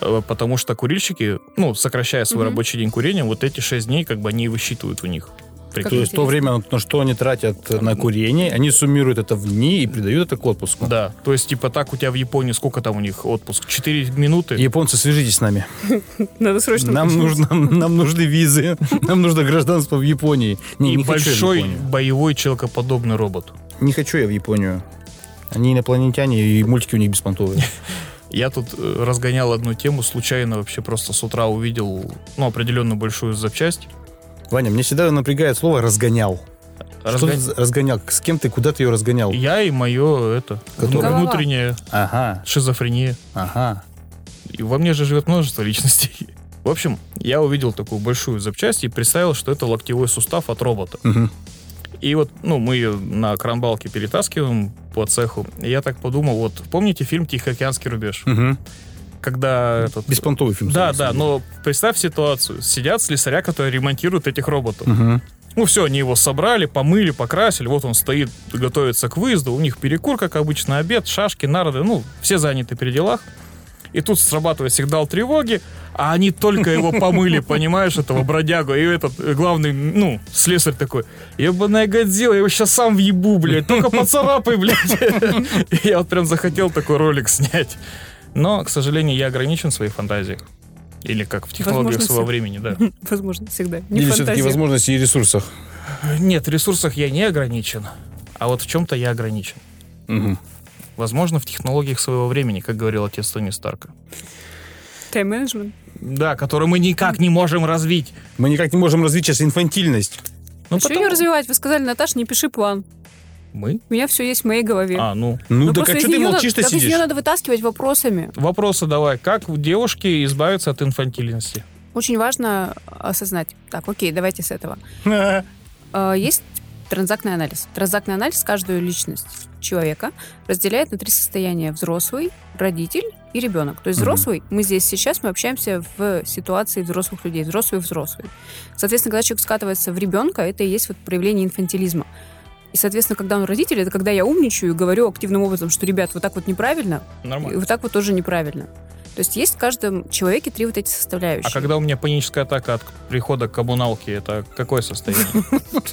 Speaker 1: э, потому что курильщики, ну, сокращая свой
Speaker 2: Мгм.
Speaker 1: рабочий день курения, вот эти 6 дней как бы они и высчитывают у них. Прикинь.
Speaker 3: То есть то время, на что они тратят на курение, они суммируют это в дни и придают это к отпуску.
Speaker 1: Да, то есть типа так у тебя в Японии сколько там у них отпуск? 4 минуты?
Speaker 3: Японцы, свяжитесь с нами.
Speaker 2: Надо срочно.
Speaker 3: Нам,
Speaker 2: уточнить.
Speaker 3: нужно, нам нужны визы, нам нужно гражданство в Японии. ну, Не,
Speaker 1: и
Speaker 3: не хочу я в
Speaker 1: большой
Speaker 3: Японию.
Speaker 1: боевой человекоподобный робот.
Speaker 3: Не хочу я в Японию. Они инопланетяне, и мультики у них беспонтовые.
Speaker 1: Я тут э, разгонял одну тему, случайно вообще просто с утра увидел, ну, определенную большую запчасть.
Speaker 3: Ваня, мне всегда напрягает слово «разгонял». Что
Speaker 1: Разгон-
Speaker 3: ты за- разгонял? С кем ты, куда ты ее разгонял?
Speaker 1: Я и мое это, вну-
Speaker 3: Которое?
Speaker 1: внутренняя
Speaker 3: Ага,
Speaker 1: шизофрения.
Speaker 3: ага.
Speaker 1: И во мне же живет множество личностей. В общем, я увидел такую большую запчасть и представил, что это локтевой сустав от робота.
Speaker 3: Мгм.
Speaker 1: И вот, ну, мы ее на кранбалке перетаскиваем по цеху. И я так подумал, вот, помните фильм «Тихоокеанский рубеж»?
Speaker 3: Мгм.
Speaker 1: Когда этот...
Speaker 3: Беспонтовый фильм.
Speaker 1: Да,
Speaker 3: самый
Speaker 1: да,
Speaker 3: себе.
Speaker 1: но представь ситуацию. Сидят слесаря, которые ремонтируют этих роботов.
Speaker 3: Мгм.
Speaker 1: Ну все, они его собрали, помыли, покрасили. Вот он стоит, готовится к выезду. У них перекур, как обычно, обед, шашки, нарды. Ну, все заняты при делах. И тут срабатывает сигнал тревоги, а они только его помыли, понимаешь, этого бродягу. И этот э, главный, ну, слесарь такой, ебаная Годзилла, я его сейчас сам въебу, блядь, только поцарапай, блядь. И Я вот прям захотел такой ролик снять. Но, к сожалению, я ограничен в своих фантазиях. Или как в технологиях
Speaker 2: Возможности.
Speaker 1: своего времени, да.
Speaker 2: Возможно, всегда. Не
Speaker 3: Или все-таки
Speaker 2: фантазия.
Speaker 3: возможности и ресурсах.
Speaker 1: Нет, в ресурсах я не ограничен, а вот в чем-то я ограничен.
Speaker 3: Мгм.
Speaker 1: Возможно, в технологиях своего времени, как говорил отец Тони Старка.
Speaker 2: Тайм-менеджмент.
Speaker 1: Да, который мы никак не можем развить.
Speaker 3: Мы никак не можем развить сейчас инфантильность.
Speaker 1: Ну,
Speaker 2: Что ее развивать? Вы сказали, Наташ, не пиши план.
Speaker 1: Мы?
Speaker 2: У меня все есть в моей голове.
Speaker 1: А, ну.
Speaker 3: Ну,
Speaker 2: Ну,
Speaker 3: так
Speaker 2: просто
Speaker 3: а
Speaker 2: из
Speaker 3: что ты
Speaker 2: неё
Speaker 3: молчишь,
Speaker 2: надо-
Speaker 3: то
Speaker 2: так из нее
Speaker 3: сидишь?
Speaker 2: надо вытаскивать вопросами.
Speaker 1: Вопросы давай. Как девушки избавиться от инфантильности?
Speaker 2: Очень важно осознать. Так, окей, давайте с этого. Э, Есть транзактный анализ. Транзактный анализ каждую личность человека разделяет на три состояния. Взрослый, родитель и ребенок. То есть
Speaker 3: Мгм.
Speaker 2: взрослый, мы здесь сейчас, мы общаемся в ситуации взрослых людей. Взрослый взрослый. Соответственно, когда человек скатывается в ребенка, это и есть вот проявление инфантилизма. И, соответственно, когда он родитель, это когда я умничаю и говорю активным образом, что, ребят, вот так вот неправильно, и
Speaker 1: Нормально.
Speaker 2: вот так вот тоже неправильно. То есть есть в каждом человеке три вот эти составляющие.
Speaker 1: А когда у меня паническая атака от прихода к коммуналке, это какое состояние?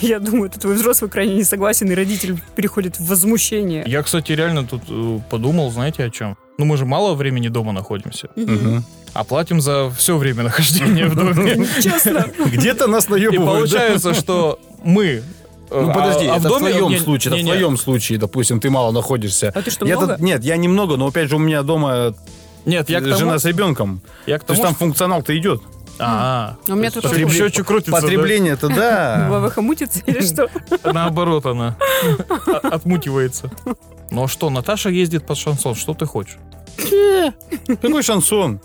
Speaker 2: Я думаю, это твой взрослый крайне не согласен, и родитель переходит в возмущение.
Speaker 1: Я, кстати, реально тут э, подумал, знаете, о чем? Ну, мы же мало времени дома находимся,
Speaker 3: Мгм.
Speaker 1: а платим за все время нахождения в доме.
Speaker 2: Честно.
Speaker 3: Где-то нас
Speaker 1: И
Speaker 3: наебывают. Ну, да?
Speaker 1: получается, что мы... э, а,
Speaker 3: Ну
Speaker 2: А,
Speaker 3: подожди, это в твоем случае, это
Speaker 1: в
Speaker 3: в твоем случае, допустим, ты мало находишься.
Speaker 2: А ты что,
Speaker 3: Я
Speaker 2: много?
Speaker 3: тут- нет, я немного, но опять же у меня дома
Speaker 1: Нет, я к тому,
Speaker 3: жена с ребенком.
Speaker 1: я к
Speaker 3: То есть
Speaker 1: тому,
Speaker 3: там
Speaker 1: что-
Speaker 3: функционал-то идет.
Speaker 1: А,
Speaker 2: А у меня тут
Speaker 1: Потреб-
Speaker 2: такое.
Speaker 1: всё чё крутится, да?
Speaker 3: Потребление-то да.
Speaker 2: Бабаха мутится или что?
Speaker 1: Наоборот она О- отмутивается. Ну а что, Наташа ездит под шансон, что ты хочешь?
Speaker 3: Какой шансон?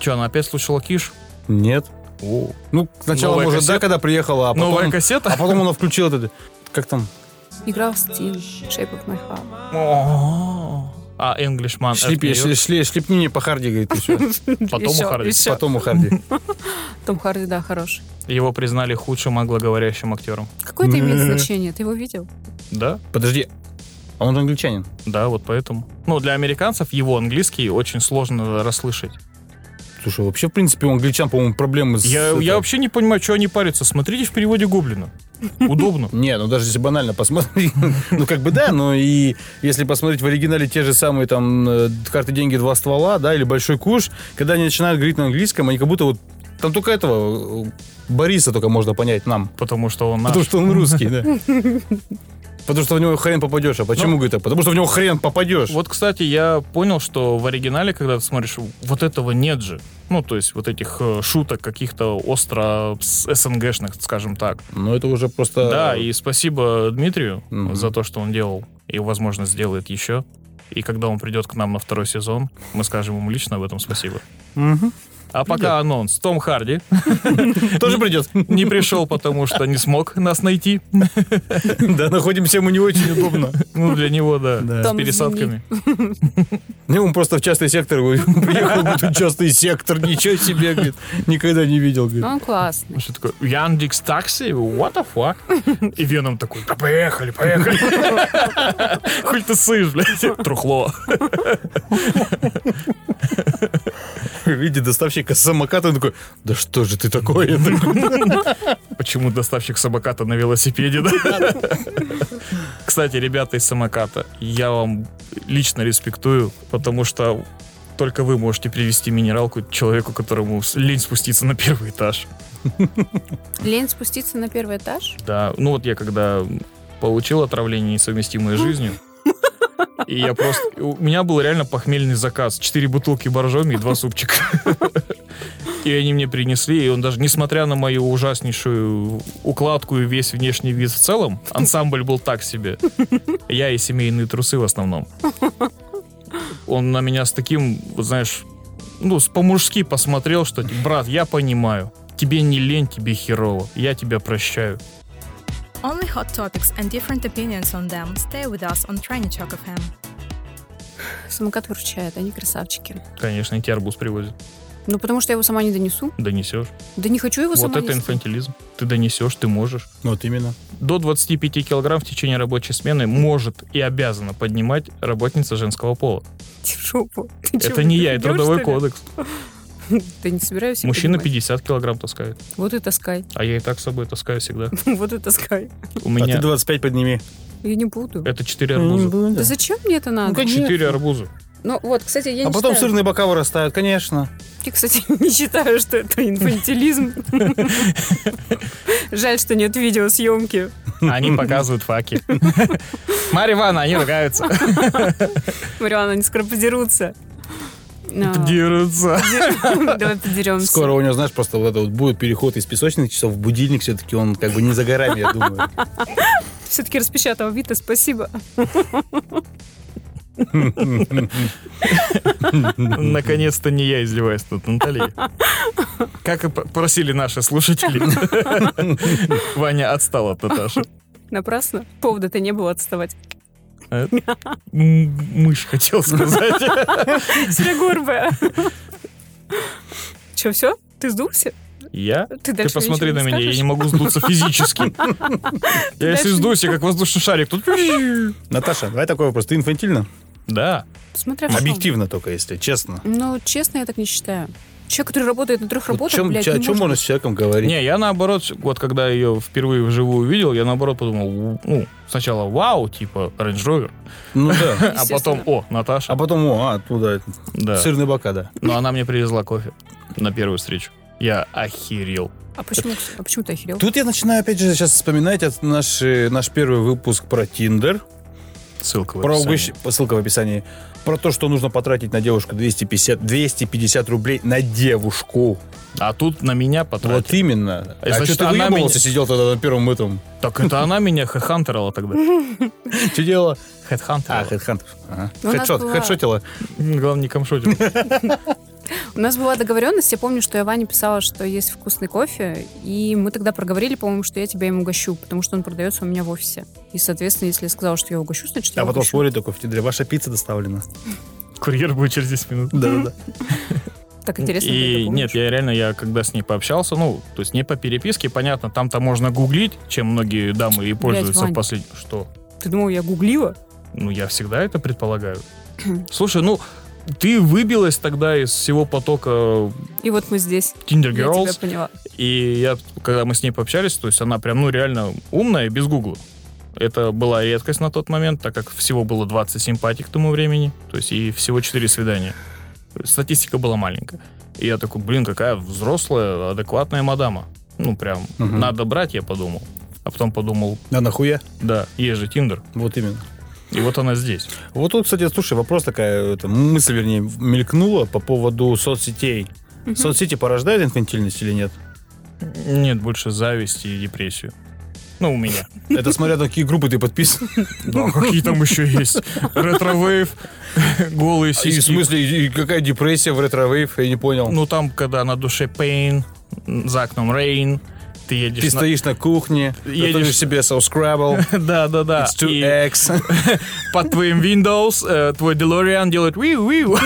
Speaker 1: Че, она опять слушала Киш?
Speaker 3: Нет.
Speaker 1: О,
Speaker 3: Ну, сначала,
Speaker 1: Новая
Speaker 3: может, да,
Speaker 1: кассета?
Speaker 3: когда приехала, а
Speaker 1: Новая
Speaker 3: потом...
Speaker 1: кассета?
Speaker 3: А потом она включила этот... Как там?
Speaker 2: Играл в Steam, Shape of My Heart.
Speaker 1: О. А, Englishman.
Speaker 3: Шлепи,
Speaker 1: FBO.
Speaker 3: шле- шле- шлепни мне по Харди, говорит, и все.
Speaker 1: Потом
Speaker 2: Ещё,
Speaker 1: Харди.
Speaker 2: ещё.
Speaker 3: Потом у Харди.
Speaker 2: Том Харди, да, хорош.
Speaker 1: Его признали худшим англоговорящим актером.
Speaker 2: Какое это имеет
Speaker 3: Не.
Speaker 2: значение? Ты его видел?
Speaker 1: Да?
Speaker 3: Подожди, а он же англичанин.
Speaker 1: Да, вот поэтому. Ну, для американцев его английский очень сложно расслышать.
Speaker 3: Слушай, вообще, в принципе, у англичан, по-моему, проблемы с...
Speaker 1: Я,
Speaker 3: это-
Speaker 1: я вообще не понимаю, что они парятся. Смотрите в переводе Гоблина. Удобно.
Speaker 3: Не, ну даже если банально посмотреть, ну как бы да, но и если посмотреть в оригинале те же самые там э, карты деньги два ствола, да, или большой куш, когда они начинают говорить на английском, они как будто вот там только этого э, Бориса только можно понять нам,
Speaker 1: Потому что он наш.
Speaker 3: потому что он русский, да. Потому что в него хрен попадешь. А почему, говорит, а потому что в него хрен попадешь.
Speaker 1: Ну. Вот, кстати, я понял, что в оригинале, когда ты смотришь, вот этого нет же. Ну, то есть вот этих э, шуток каких-то остро с- СНГшных, скажем так.
Speaker 3: Но Ну, это уже просто...
Speaker 1: Да, и спасибо Дмитрию
Speaker 3: Э, Мгм.
Speaker 1: за то, что он делал и, возможно, сделает еще. И когда он придет к нам на второй сезон, мы скажем ему лично об этом спасибо.
Speaker 3: Мгм.
Speaker 1: А пока анонс. Том Харди
Speaker 3: Тоже придет.
Speaker 1: не пришел, потому что не смог нас найти.
Speaker 3: Да, находимся мы не очень удобно.
Speaker 1: Ну, для него, да,
Speaker 3: Да.
Speaker 1: с
Speaker 2: Том,
Speaker 1: пересадками.
Speaker 3: Не, Ну, он просто в частный сектор приехал, говорит, тут частный сектор, ничего себе, говорит, никогда не видел, говорит.
Speaker 2: Ну, он классный.
Speaker 1: Он что такое, Яндекс такси? What the fuck? И Веном такой, да поехали, поехали. Хоть ты сышь, блядь. Трухло.
Speaker 3: В виде доставщика самоката, он такой, да что же ты такое? Я такой,
Speaker 1: Почему доставщик самоката на велосипеде, да? Кстати, ребята из самоката, я вам лично респектую, потому что только вы можете привести минералку человеку, которому с- лень спуститься на первый этаж.
Speaker 2: Лень спуститься на первый этаж?
Speaker 1: Да, ну вот я когда получил отравление несовместимое с жизнью, и я просто... У меня был реально похмельный заказ. Четыре бутылки боржоми и два супчика. И они мне принесли, и он даже, несмотря на мою ужаснейшую укладку и весь внешний вид в целом, ансамбль был так себе. Я и семейные трусы в основном. Он на меня с таким, вот знаешь, ну, с- по-мужски посмотрел, что, типа, брат, я понимаю, тебе не лень, тебе херово, я тебя прощаю.
Speaker 4: Only hot topics and different opinions on them stay with us on Trainy Talk FM.
Speaker 2: Самокат выручает, они красавчики.
Speaker 1: Конечно, и тебе арбуз привозят.
Speaker 2: Ну, потому что я его сама не донесу.
Speaker 1: Донесешь.
Speaker 2: Да не хочу его сама
Speaker 1: вот это
Speaker 2: нести.
Speaker 1: инфантилизм. Ты донесешь, ты можешь.
Speaker 3: Вот именно.
Speaker 1: До 25 килограмм в течение рабочей смены может и обязана поднимать работница женского пола.
Speaker 2: Иди в жопу. Ты чего,
Speaker 1: это не
Speaker 2: ты
Speaker 1: я, это
Speaker 2: идёшь,
Speaker 1: трудовой
Speaker 2: что ли?
Speaker 1: кодекс.
Speaker 2: Да не собираюсь их
Speaker 1: Мужчина
Speaker 2: поднимать.
Speaker 1: 50 килограмм таскает.
Speaker 2: Вот и таскай.
Speaker 1: А я и так с собой таскаю всегда.
Speaker 2: Вот и таскай.
Speaker 1: У меня
Speaker 3: 25 подними.
Speaker 2: Я не буду.
Speaker 1: это 4 арбуза.
Speaker 2: Да зачем мне это надо?
Speaker 3: конечно.
Speaker 1: 4 арбуза.
Speaker 2: Ну вот, кстати, я не
Speaker 3: А потом
Speaker 2: считаю-
Speaker 3: сырные бока вырастают, конечно.
Speaker 2: Я, кстати, не считаю, что это инфантилизм. Жаль, что нет видеосъемки.
Speaker 1: Они показывают факи. Марья Ивановна, они ругаются.
Speaker 2: Мариана, не скоро подерутся. А,
Speaker 1: Дерутся.
Speaker 2: Давай подеремся.
Speaker 3: Ну, Скоро у него, знаешь, просто вот это вот будет переход из песочных часов в будильник, все-таки он как бы не за горами, я думаю.
Speaker 2: Все-таки распечатал Вита, спасибо.
Speaker 1: Наконец-то не я изливаюсь тут, Наталья. Как и п- просили наши слушатели. Ваня отстал от Наташи.
Speaker 2: Напрасно. Повода-то не было отставать.
Speaker 1: Э, м- Мышь хотел сказать.
Speaker 2: Себя горбая. Че, все? Ты сдулся?
Speaker 1: Я?
Speaker 2: Ты
Speaker 1: Ты
Speaker 2: дальше
Speaker 1: посмотри на
Speaker 2: ничего не
Speaker 1: меня, я
Speaker 2: скажешь?
Speaker 1: не могу сдуться физически. Я
Speaker 2: дальше
Speaker 1: если
Speaker 2: не-
Speaker 1: сдусь, я как воздушный шарик. Тут...
Speaker 3: Наташа, давай такой вопрос. Ты инфантильно?
Speaker 1: Да.
Speaker 2: Смотря в чем.
Speaker 3: Объективно только, если честно.
Speaker 2: Ну, честно, я так не считаю. Человек, который работает на трех работах,
Speaker 3: чем,
Speaker 2: блядь, не может-
Speaker 3: можно с человеком говорить?
Speaker 1: Не, я наоборот, вот когда ее впервые вживую увидел, я наоборот подумал, ну, сначала вау, типа Range Rover,
Speaker 3: Ну да.
Speaker 1: а потом, о,
Speaker 3: А
Speaker 1: Наташа.
Speaker 3: потом, о, а, туда,
Speaker 1: Да.
Speaker 3: сырные бока, да.
Speaker 1: Но она мне привезла кофе на первую встречу. Я охерел.
Speaker 2: А почему, а почему ты охерел?
Speaker 3: Тут я начинаю опять же сейчас вспоминать от наши- наш первый выпуск про Тиндер.
Speaker 1: Ссылка в
Speaker 3: Про
Speaker 1: описании.
Speaker 3: угощ- по- ссылка в описании. Про то, что нужно потратить на девушку 250, 250 рублей на девушку.
Speaker 1: А тут на меня
Speaker 3: Вот
Speaker 1: потратили.
Speaker 3: именно.
Speaker 1: А значит,
Speaker 3: что ты
Speaker 1: она
Speaker 3: выебывался,
Speaker 1: меня-
Speaker 3: сидел тогда на первом этом?
Speaker 1: Так это она меня хэдхантерила тогда.
Speaker 3: Что делала? А,
Speaker 1: Хэдхантерила.
Speaker 3: хедхантер. Ага.
Speaker 2: Ну, у нас
Speaker 3: Хедшот,
Speaker 2: была-
Speaker 3: хедшотила.
Speaker 1: Главное, не камшотил.
Speaker 2: У нас была договоренность, я помню, что я Ване писала, что есть вкусный кофе, и мы тогда проговорили, по-моему, что я тебя им угощу, потому что он продается у меня в офисе. И, соответственно, если я сказала, что я угощу, значит, я
Speaker 3: А потом
Speaker 2: угощу.
Speaker 3: смотрит такой в Тиндере, ваша пицца доставлена.
Speaker 1: Курьер будет через 10 минут.
Speaker 3: Да-да-да.
Speaker 2: Так интересно. ты
Speaker 1: И
Speaker 2: это
Speaker 1: нет,
Speaker 2: помнишь.
Speaker 1: я реально, я когда с ней пообщался, ну, то есть не по переписке, понятно, там-то можно гуглить, чем многие дамы и пользуются
Speaker 2: Вань.
Speaker 1: в последнем. Что?
Speaker 2: Ты думал, я гуглила?
Speaker 1: Ну, я всегда это предполагаю. Слушай, ну, ты выбилась тогда из всего потока
Speaker 2: И вот мы здесь.
Speaker 1: Tinder
Speaker 2: Я
Speaker 1: Girls,
Speaker 2: тебя поняла.
Speaker 1: и я, когда мы с ней пообщались, то есть она прям, ну, реально умная, без гугла. Это была редкость на тот момент, так как всего было 20 симпатий к тому времени, то есть и всего 4 свидания. То есть Статистика была маленькая. И я такой, блин, какая взрослая, адекватная мадама. Ну, прям,
Speaker 3: Мгм.
Speaker 1: надо брать, я подумал. А потом подумал,
Speaker 3: А нахуя?
Speaker 1: да, есть же Тиндер.
Speaker 3: Вот именно.
Speaker 1: И вот она здесь.
Speaker 3: Вот тут, кстати, слушай, вопрос такая, это, мысль, вернее, мелькнула по поводу соцсетей. Соцсети порождают инфантильность или нет?
Speaker 1: Нет больше зависти и депрессию. Ну, у меня.
Speaker 3: Это смотря на какие группы ты подписан.
Speaker 1: Да, какие там еще есть? Ретро-вейв, голые
Speaker 3: И в
Speaker 1: сиськи.
Speaker 3: смысле, и- и какая депрессия в ретро-вейв, я не понял.
Speaker 1: Ну, там, когда на душе pain, за окном rain, ты едешь
Speaker 3: ты
Speaker 1: на-
Speaker 3: стоишь на кухне,
Speaker 1: Едешь-
Speaker 3: едешь себе со Scrabble,
Speaker 1: Да, да, да.
Speaker 3: it's
Speaker 1: И
Speaker 3: 2X.
Speaker 1: под твоим Windows э, твой DeLorean делает виу виу.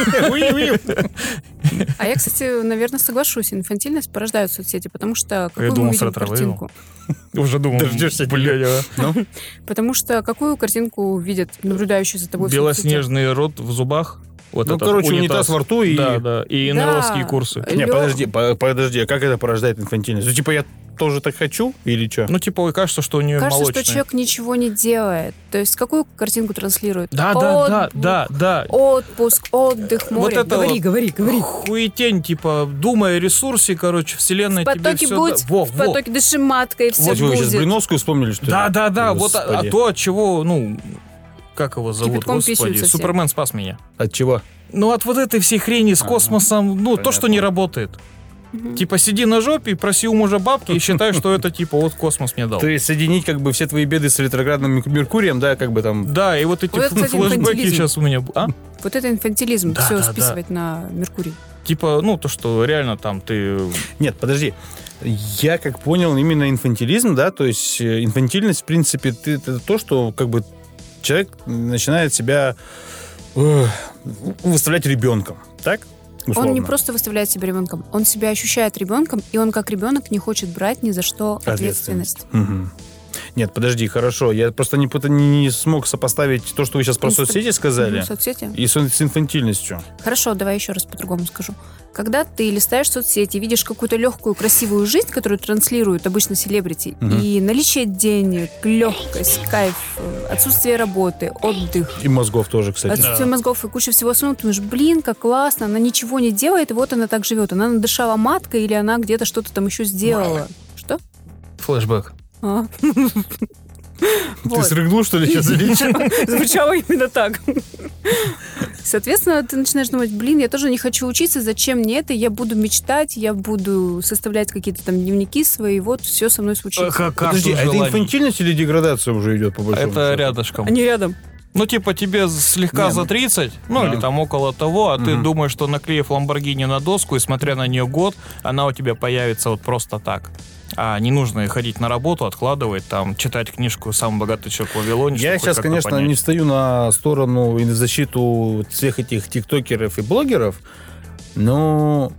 Speaker 2: А я, кстати, наверное, соглашусь. Инфантильность порождают соцсети, потому что какую мы
Speaker 1: думал,
Speaker 2: видим
Speaker 1: сратра выдал.
Speaker 2: картинку?
Speaker 1: Уже думал,
Speaker 3: Дождешься
Speaker 1: блядь, а.
Speaker 3: Ну?
Speaker 2: Потому что какую картинку видят наблюдающие за тобой в соцсетях?
Speaker 1: белоснежный рот в зубах. Вот
Speaker 3: Ну,
Speaker 1: этот
Speaker 3: короче, унитаз во рту и-
Speaker 1: Да, да, и
Speaker 2: Да. Э,
Speaker 1: НЛОвские курсы.
Speaker 2: Лё-
Speaker 3: Не, подожди, по- подожди, а как это порождает инфантильность? Ну, типа, я тоже так хочу или что?
Speaker 1: Ну, типа, ой, кажется, что у нее
Speaker 2: Кажется,
Speaker 1: молочные.
Speaker 2: что человек ничего не делает. То есть какую картинку транслирует? А
Speaker 1: Да, да, да,
Speaker 2: Отпуск,
Speaker 1: да, да.
Speaker 2: Отпуск, отдых, море.
Speaker 1: это
Speaker 2: Говори,
Speaker 1: вот.
Speaker 2: говори, говори.
Speaker 1: Хуетень, типа, думай о ресурсе, короче, вселенная
Speaker 2: В
Speaker 1: тебе
Speaker 2: потоке
Speaker 1: все...
Speaker 2: будь, в потоке дыши маткой, и все
Speaker 3: Вот вы сейчас
Speaker 2: будет.
Speaker 3: Блиновскую вспомнили, что ли?
Speaker 1: Да, да, да, вот а- а,
Speaker 3: Господи.
Speaker 1: то, от чего, ну, как его зовут,
Speaker 2: Кипятком
Speaker 1: господи,
Speaker 2: писаются все.
Speaker 1: Супермен спас меня.
Speaker 3: От чего?
Speaker 1: Ну, от вот этой всей хрени с
Speaker 3: Ага.
Speaker 1: космосом, ну, то, что
Speaker 3: Понятно.
Speaker 1: не работает.
Speaker 2: Мгм.
Speaker 1: Типа, сиди на жопе, и проси у мужа бабки и считай, что это, типа, вот космос мне дал.
Speaker 3: То есть соединить как бы все твои беды с ретроградным Мерк- Меркурием, да, как бы там...
Speaker 1: Да, и вот эти
Speaker 2: Вот это,
Speaker 1: фл-
Speaker 2: кстати,
Speaker 1: флешбеки
Speaker 2: инфантилизм.
Speaker 1: сейчас у меня... б- А?
Speaker 2: Вот это инфантилизм,
Speaker 1: Да,
Speaker 2: все
Speaker 1: да, да.
Speaker 2: списывать на Меркурий.
Speaker 1: Типа, ну, то, что реально там ты...
Speaker 3: Нет, подожди. Я как понял, именно инфантилизм, да, то есть э, инфантильность, в принципе, ты- это то, что как бы человек начинает себя э, выставлять ребенком, так?
Speaker 2: Он не
Speaker 3: Условно.
Speaker 2: просто выставляет себя ребенком, он себя ощущает ребенком, и он как ребенок не хочет брать ни за что ответственность.
Speaker 3: Мгм. Нет, подожди, хорошо. Я просто не, пыта- не, не смог сопоставить то, что вы сейчас про
Speaker 2: Инфа-
Speaker 3: соцсети сказали,
Speaker 2: Мгм, соцсети.
Speaker 3: и с, с инфантильностью.
Speaker 2: Хорошо, давай еще раз по-другому скажу. Когда ты листаешь соцсети, видишь какую-то легкую, красивую жизнь, которую транслируют обычно селебрити,
Speaker 3: Мгм.
Speaker 2: и наличие денег, легкость, кайф, э, отсутствие работы, отдых,
Speaker 3: И мозгов тоже, кстати.
Speaker 2: отсутствие мозгов и куча всего остального, ты думаешь, блин, как классно, она ничего не делает, и вот она так живет. Она надышала маткой или она где-то что-то там еще сделала. Что?
Speaker 1: Флешбэк.
Speaker 2: А.
Speaker 3: Ты
Speaker 2: Вот.
Speaker 3: срыгнул, что ли, сейчас?
Speaker 2: Звучало именно так. Соответственно, ты начинаешь думать, блин, я тоже не хочу учиться, зачем мне это, я буду мечтать, я буду составлять какие-то там дневники свои, вот все со
Speaker 3: Э,
Speaker 2: мной случится.
Speaker 3: Подожди, а это инфантильность или деградация уже идет по большому
Speaker 1: Это
Speaker 3: счету?
Speaker 1: рядышком.
Speaker 2: Они рядом.
Speaker 1: Ну, типа, тебе слегка
Speaker 3: Не,
Speaker 1: за
Speaker 3: ну-
Speaker 1: 30, ну,
Speaker 3: Да.
Speaker 1: или там около того, а ты
Speaker 3: Мгм.
Speaker 1: думаешь, что наклеив Ламборгини на доску, и смотря на нее год, она у тебя появится вот просто так. А не нужно ходить на работу, откладывать, там, читать книжку «Самый богатый человек в Вавилоне».
Speaker 3: Я
Speaker 1: чтобы хоть
Speaker 3: сейчас,
Speaker 1: как-то
Speaker 3: конечно,
Speaker 1: понять.
Speaker 3: не встаю на сторону и на защиту всех этих тиктокеров и блогеров, но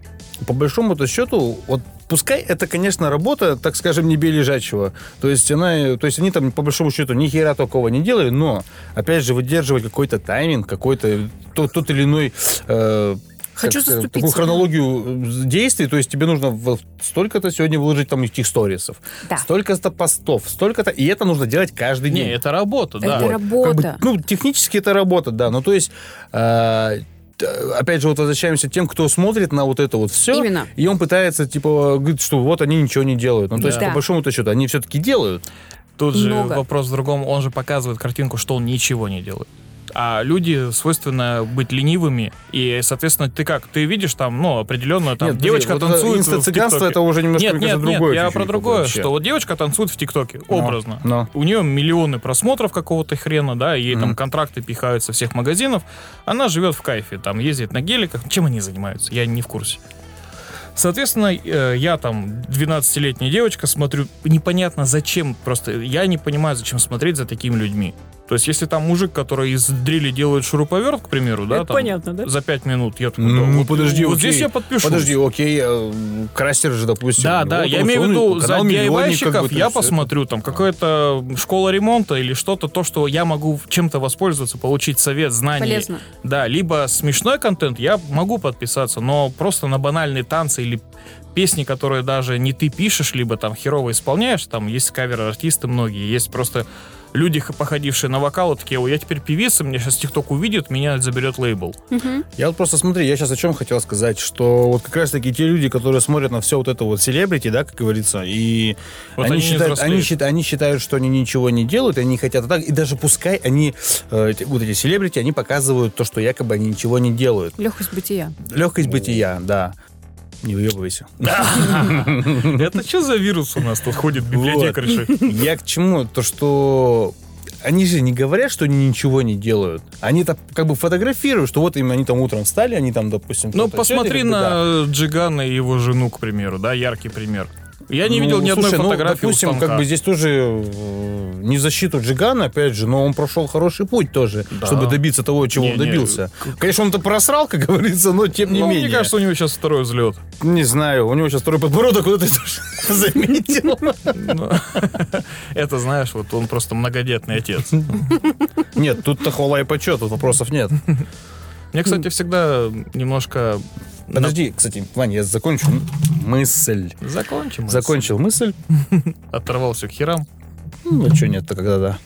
Speaker 3: по большому-то счету, вот пускай это, конечно, работа, так скажем, не бей лежачего. То есть, она, то есть они там, по большому счету, ни хера такого не делали, но, опять же, выдерживать какой-то тайминг, какой-то тот, тот или иной... э,
Speaker 2: Хочу
Speaker 3: как сказать,
Speaker 2: заступиться.
Speaker 3: Такую хронологию э, действий, то есть тебе нужно во- столько-то сегодня выложить там этих сторисов,
Speaker 2: Да.
Speaker 3: столько-то постов, столько-то... И это нужно делать каждый день.
Speaker 1: Не, это работа, да.
Speaker 2: Это
Speaker 3: Вот.
Speaker 2: работа.
Speaker 3: Как бы, ну, технически это работа, да. Ну, то есть, э, т- опять же, вот возвращаемся к тем, кто смотрит на вот это вот все.
Speaker 2: Именно.
Speaker 3: И он пытается, типа, говорит, что вот они ничего не делают. Ну, то есть,
Speaker 2: Да.
Speaker 3: по большому-то счету, они все-таки делают.
Speaker 1: Тут же
Speaker 2: Много.
Speaker 1: вопрос в другом. Он же показывает картинку, что он ничего не делает. А люди свойственно быть ленивыми, и, соответственно, ты как? Ты видишь там, ну, определенно там
Speaker 3: подожди,
Speaker 1: девочка
Speaker 3: вот это
Speaker 1: танцует в
Speaker 3: инста-цыганство,
Speaker 1: ТикТоке.
Speaker 3: это уже немножко,
Speaker 1: Нет,
Speaker 3: мне
Speaker 1: нет,
Speaker 3: кажется,
Speaker 1: нет,
Speaker 3: другое
Speaker 1: я
Speaker 3: чуть-чуть
Speaker 1: про другое,
Speaker 3: вообще.
Speaker 1: что вот девочка танцует в ТикТоке,
Speaker 3: Ну,
Speaker 1: образно.
Speaker 3: ну.
Speaker 1: У нее миллионы просмотров какого-то хрена, да, ей там
Speaker 3: Мгм.
Speaker 1: контракты пихают со всех магазинов. Она живет в кайфе, там ездит на геликах. Чем они занимаются? Я не в курсе. Соответственно, э, я там 12-летняя девочка смотрю, непонятно зачем, просто я не понимаю, зачем смотреть за такими людьми. То есть, если там мужик, который из дрели делает шуруповерт, к примеру, да,
Speaker 5: Это
Speaker 1: там,
Speaker 5: понятно, да?
Speaker 1: за пять минут, я такой, да,
Speaker 3: Ну,
Speaker 1: вот,
Speaker 3: подожди,
Speaker 1: вот
Speaker 3: окей.
Speaker 1: здесь я подпишу.
Speaker 3: Подожди, окей, э, крастер же, допустим.
Speaker 1: Да, да,
Speaker 3: вот
Speaker 1: я
Speaker 3: он,
Speaker 1: имею в
Speaker 3: он,
Speaker 1: виду,
Speaker 3: канал
Speaker 1: за
Speaker 3: «Миллионник»,
Speaker 1: DIY-щиков
Speaker 3: как бы, то
Speaker 1: я
Speaker 3: есть э, это-
Speaker 1: посмотрю, там, какая-то школа ремонта или что-то, то, что я могу чем-то воспользоваться, получить совет, знания.
Speaker 2: Полезно.
Speaker 1: Да, либо смешной контент, я могу подписаться, но просто на банальные танцы или песни, которые даже не ты пишешь, либо там херово исполняешь, там есть кавер-артисты многие, есть просто люди, х- походившие на вокал, и такие, о, я теперь певица, меня сейчас ТикТок увидит, меня заберет лейбл.
Speaker 2: Мгм.
Speaker 3: Я вот просто смотри, я сейчас о чем хотел сказать, что вот как раз-таки те люди, которые смотрят на все вот это вот селебрити, да, как говорится, и
Speaker 1: Вот
Speaker 3: они,
Speaker 1: они не
Speaker 3: считают,
Speaker 1: взрослеют.
Speaker 3: они, счит- они считают, что они ничего не делают, и они хотят так, и даже пускай они, э, эти- вот эти селебрити, они показывают то, что якобы они ничего не делают.
Speaker 2: Легкость бытия.
Speaker 3: Легкость бытия, да. Не выебывайся.
Speaker 1: Это что за вирус у нас тут ходит, библиотекарши?
Speaker 3: Я к чему? То, что они же не говорят, что они ничего не делают. Они так как бы фотографируют, что вот им они там утром встали, они там, допустим...
Speaker 1: Ну,
Speaker 3: то-то, всё,
Speaker 1: посмотри
Speaker 3: это как бы, да.
Speaker 1: на Джигана и его жену, к примеру, да, яркий пример. Я не
Speaker 3: Ну,
Speaker 1: видел ни одной
Speaker 3: слушай, ну,
Speaker 1: фотографии у
Speaker 3: допустим,
Speaker 1: станка.
Speaker 3: как бы здесь тоже э, не в защиту Джигана, опять же, но он прошел хороший путь тоже,
Speaker 1: Да.
Speaker 3: чтобы добиться того, чего
Speaker 1: Не,
Speaker 3: он
Speaker 1: не,
Speaker 3: добился. Конечно, он-то просрал, как говорится, но тем не
Speaker 1: Ну,
Speaker 3: менее.
Speaker 1: мне кажется, у него сейчас второй взлет.
Speaker 3: Не знаю, у него сейчас второй подбородок, вот это тоже заметил.
Speaker 1: Ну, Это, знаешь, вот он просто многодетный отец.
Speaker 3: Нет, тут-то хвала и почет, тут вопросов нет.
Speaker 1: Мне, кстати, всегда немножко...
Speaker 3: Подожди, кстати, Ваня, я закончу мысль.
Speaker 1: Закончим. это.
Speaker 3: Закончил мысль.
Speaker 1: Оторвался к херам.
Speaker 3: Ну, что нет-то, когда да.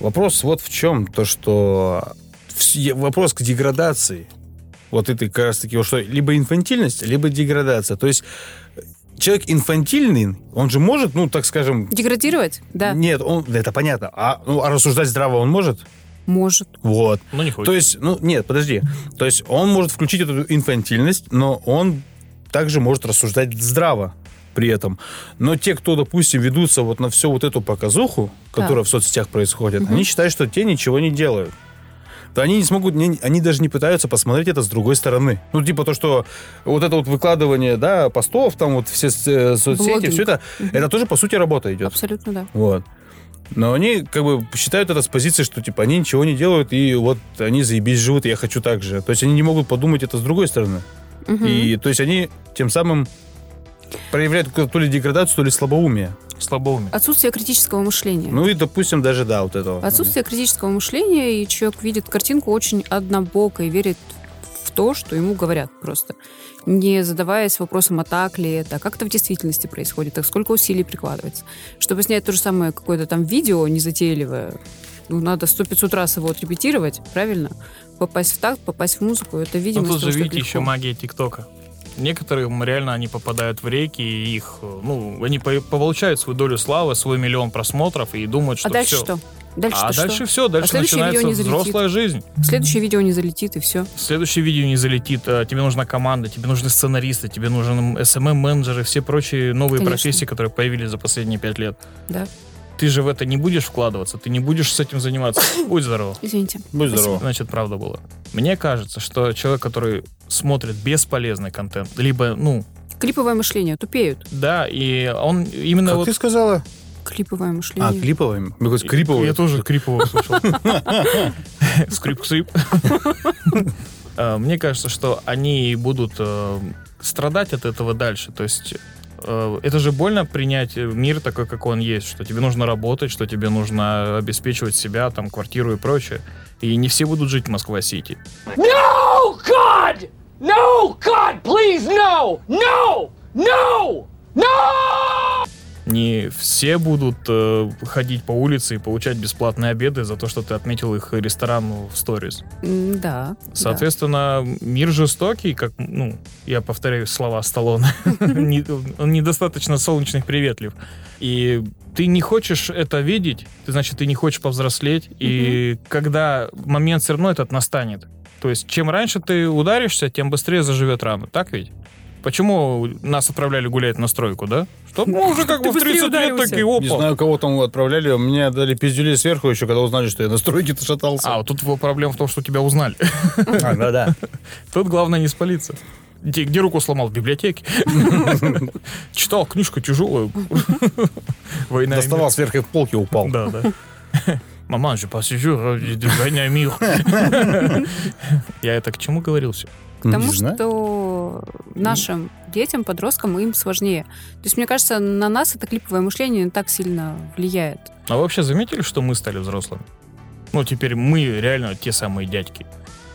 Speaker 3: Вопрос вот в чем, то что... вс- е- Вопрос к деградации. Вот это как раз таки, вот что либо инфантильность, либо деградация. То есть э, человек инфантильный, он же может, ну, так скажем...
Speaker 2: Деградировать? Да.
Speaker 3: Нет, он, да, это понятно. А, ну, а рассуждать здраво он может?
Speaker 2: Может.
Speaker 3: Вот.
Speaker 1: Ну, не
Speaker 3: То
Speaker 1: хочет.
Speaker 3: есть, ну, нет, подожди. То есть он может включить эту инфантильность, но он также может рассуждать здраво при этом. Но те, кто, допустим, ведутся вот на всю вот эту показуху, которая в соцсетях происходит, они считают, что те ничего не делают. Да они не смогут, не- они даже не пытаются посмотреть это с другой стороны. Ну, типа то, что вот это вот выкладывание, да, постов, там вот все с- э, соцсети,
Speaker 2: Блогинг.
Speaker 3: все это, это тоже, по сути, работа идет.
Speaker 2: Абсолютно да.
Speaker 3: Вот. Но они как бы считают это с позиции, что типа они ничего не делают, и вот они заебись живут, и я хочу так же. То есть они не могут подумать это с другой стороны.
Speaker 2: Мгм.
Speaker 3: И то есть они тем самым проявляют какую-то то ли деградацию, то ли слабоумие.
Speaker 1: Слабоумие.
Speaker 2: Отсутствие критического мышления.
Speaker 3: Ну и, допустим, даже да, вот этого.
Speaker 2: Отсутствие критического мышления, и человек видит картинку очень однобоко и верит в то, что ему говорят просто, не задаваясь вопросом, а так ли это, а как это в действительности происходит, а сколько усилий прикладывается. Чтобы снять то же самое какое-то там видео незатейливое, ну, надо сто 500 раз его отрепетировать, правильно? Попасть в такт, попасть в музыку, это,
Speaker 1: Ну,
Speaker 2: видимо,
Speaker 1: тут же,
Speaker 2: просто
Speaker 1: видите,
Speaker 2: легко.
Speaker 1: еще магия ТикТока. Некоторым реально они попадают в реки, и их, э, ну, они по- получают свою долю славы, свой миллион просмотров и думают, что
Speaker 2: А дальше
Speaker 1: все.
Speaker 2: что? Дальше
Speaker 1: а дальше все, дальше
Speaker 2: следующее видео
Speaker 1: начинается
Speaker 2: не залетит.
Speaker 1: взрослая жизнь.
Speaker 2: Следующее видео не залетит, и все.
Speaker 1: Следующее видео не залетит, а тебе нужна команда, тебе нужны сценаристы, тебе нужен SMM-менеджер и все прочие новые
Speaker 2: Конечно.
Speaker 1: профессии, которые появились за последние пять лет.
Speaker 2: Да.
Speaker 1: Ты же в это не будешь вкладываться, ты не будешь с этим заниматься. Будь здоров.
Speaker 2: Извините.
Speaker 3: Будь здоров.
Speaker 1: Значит, правда было. Мне кажется, что человек, который смотрит бесполезный контент, либо, ну,
Speaker 2: Клиповое мышление, тупеют.
Speaker 1: да, и он именно
Speaker 3: Как
Speaker 1: вот...
Speaker 3: ты сказала?
Speaker 2: Клиповое мышление.
Speaker 3: Ну, А, клиповое. Мне кажется, криповое.
Speaker 1: Я тоже крипово слышал. Скрип-скрип. Э, Мне кажется, что они будут э, страдать от этого дальше. То есть э, это же больно принять мир такой, как он есть, что тебе нужно работать, что тебе нужно обеспечивать себя, там, квартиру и прочее. И не все будут жить в Москва-Сити.
Speaker 6: No, God! No, God, please, no! No! No! No!
Speaker 1: Не все будут э, ходить по улице и получать бесплатные обеды за то, что ты отметил их ресторан в сторис.
Speaker 2: М, Да. да.
Speaker 1: Соответственно, мир жестокий, как, ну, я повторяю слова Сталлоне, Не- он недостаточно солнечных приветлив. И ты не хочешь это видеть, ты, значит, ты не хочешь повзрослеть, и когда момент все равно этот настанет. То есть, чем раньше ты ударишься, тем быстрее заживет рана, так ведь? Почему нас отправляли гулять на стройку, да? Что мы уже как
Speaker 2: Ты
Speaker 1: бы в
Speaker 2: быстрее
Speaker 1: 30 лет
Speaker 2: ударился.
Speaker 1: такие,
Speaker 3: Не
Speaker 1: опа.
Speaker 3: знаю, кого там отправляли, меня дали пиздюлей сверху еще, когда узнали, что я на стройке-то шатался.
Speaker 1: А, вот тут вот проблема в том, что тебя узнали.
Speaker 3: А, да-да.
Speaker 1: Тут главное не спалиться. Где, где руку сломал? В библиотеке. Читал книжку тяжелую. Война и мир.
Speaker 3: Доставал сверху и в полке упал.
Speaker 1: Да, да. Мама, же посижу, ради движения мир. Я это к чему говорил все?
Speaker 2: Потому
Speaker 3: Не знаю.
Speaker 2: что нашим детям, подросткам им сложнее. То есть, мне кажется, на нас это клиповое мышление не так сильно влияет.
Speaker 1: А вы вообще заметили, что мы стали взрослыми? Ну, теперь мы реально те самые дядьки.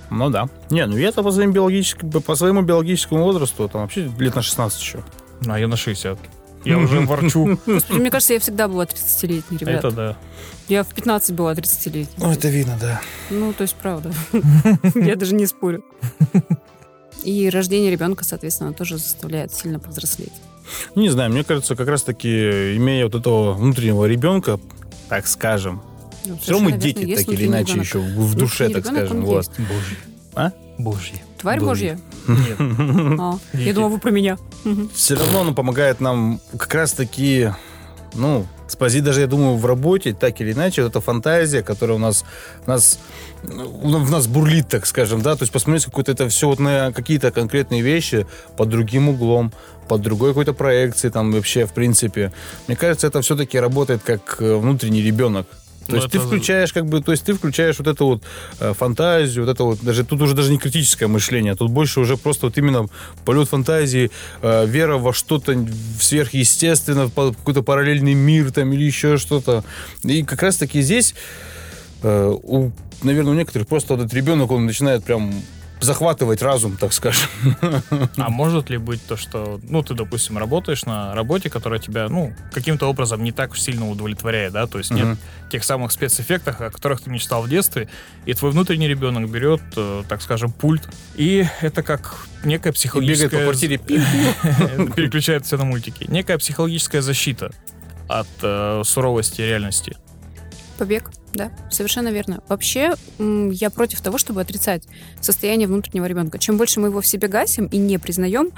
Speaker 3: Ну да. Не, ну я-то по своему, биологическому, по своему биологическому возрасту, там вообще лет на 16 еще.
Speaker 1: А я на 60. Я уже ворчу.
Speaker 2: Господи, мне кажется, я всегда была
Speaker 3: А
Speaker 2: 30-летней, ребят.
Speaker 1: Это да.
Speaker 2: Я в 15 была 30-летней.
Speaker 3: видно, да.
Speaker 2: Ну, то есть, правда. Я даже не спорю. И рождение ребенка, соответственно, тоже заставляет сильно повзрослеть.
Speaker 3: Не знаю, мне кажется, как раз-таки, имея вот этого внутреннего ребенка, так скажем,
Speaker 2: Ну,
Speaker 3: все равно мы
Speaker 2: совершенно
Speaker 3: дети
Speaker 2: верно, есть
Speaker 3: так или
Speaker 2: внутренний
Speaker 3: иначе
Speaker 2: ребенок.
Speaker 3: еще в- в душе,
Speaker 2: Внутренний
Speaker 3: так
Speaker 2: ребенок,
Speaker 3: скажем.
Speaker 2: он
Speaker 3: Вот.
Speaker 2: есть.
Speaker 1: Божьи.
Speaker 3: А?
Speaker 1: Божьи.
Speaker 2: Тварь
Speaker 3: Божья.
Speaker 2: божья?
Speaker 1: Нет.
Speaker 2: А, Я думала, вы про меня. Мгм.
Speaker 3: Все равно он помогает нам как раз-таки, ну, спаси даже, я думаю, в работе, так или иначе, вот эта фантазия, которая у нас, у нас ну, в нас бурлит, так скажем, да, то есть посмотреть какое-то это все вот на какие-то конкретные вещи под другим углом, под другой какой-то проекцией, там вообще, в принципе. Мне кажется, это все-таки работает как э, внутренний ребенок. То
Speaker 1: Ну,
Speaker 3: есть ты
Speaker 1: это-
Speaker 3: включаешь, как бы, то есть ты включаешь вот эту вот э, фантазию, вот это вот, даже тут уже даже не критическое мышление, тут больше уже просто вот именно полет фантазии, э, вера во что-то в- сверхъестественное, в по- какой-то параллельный мир там или еще что-то. И как раз-таки здесь, э, у, наверное, у некоторых просто вот этот ребенок, он начинает прям захватывать разум, так скажем.
Speaker 1: А может ли быть то, что, ну, ты, допустим, работаешь на работе, которая тебя, ну, каким-то образом не так уж сильно удовлетворяет, да, то есть нет
Speaker 3: Мгм.
Speaker 1: тех самых спецэффектов, о которых ты мечтал в детстве, и твой внутренний ребенок берет, э, так скажем, пульт, и это как некая
Speaker 3: И
Speaker 1: психологическая...
Speaker 3: бегает по квартире. пи-
Speaker 1: Переключает все на мультики. Некая психологическая защита от э, суровости реальности.
Speaker 2: Побег, да, совершенно верно. Вообще, м, я против того, чтобы отрицать состояние внутреннего ребенка. Чем больше мы его в себе гасим и не признаем,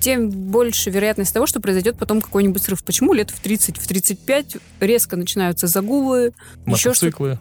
Speaker 2: тем больше вероятность того, что произойдет потом какой-нибудь срыв. Почему лет в 30, в 35 резко начинаются загулы, еще что-то
Speaker 1: Мотоциклы.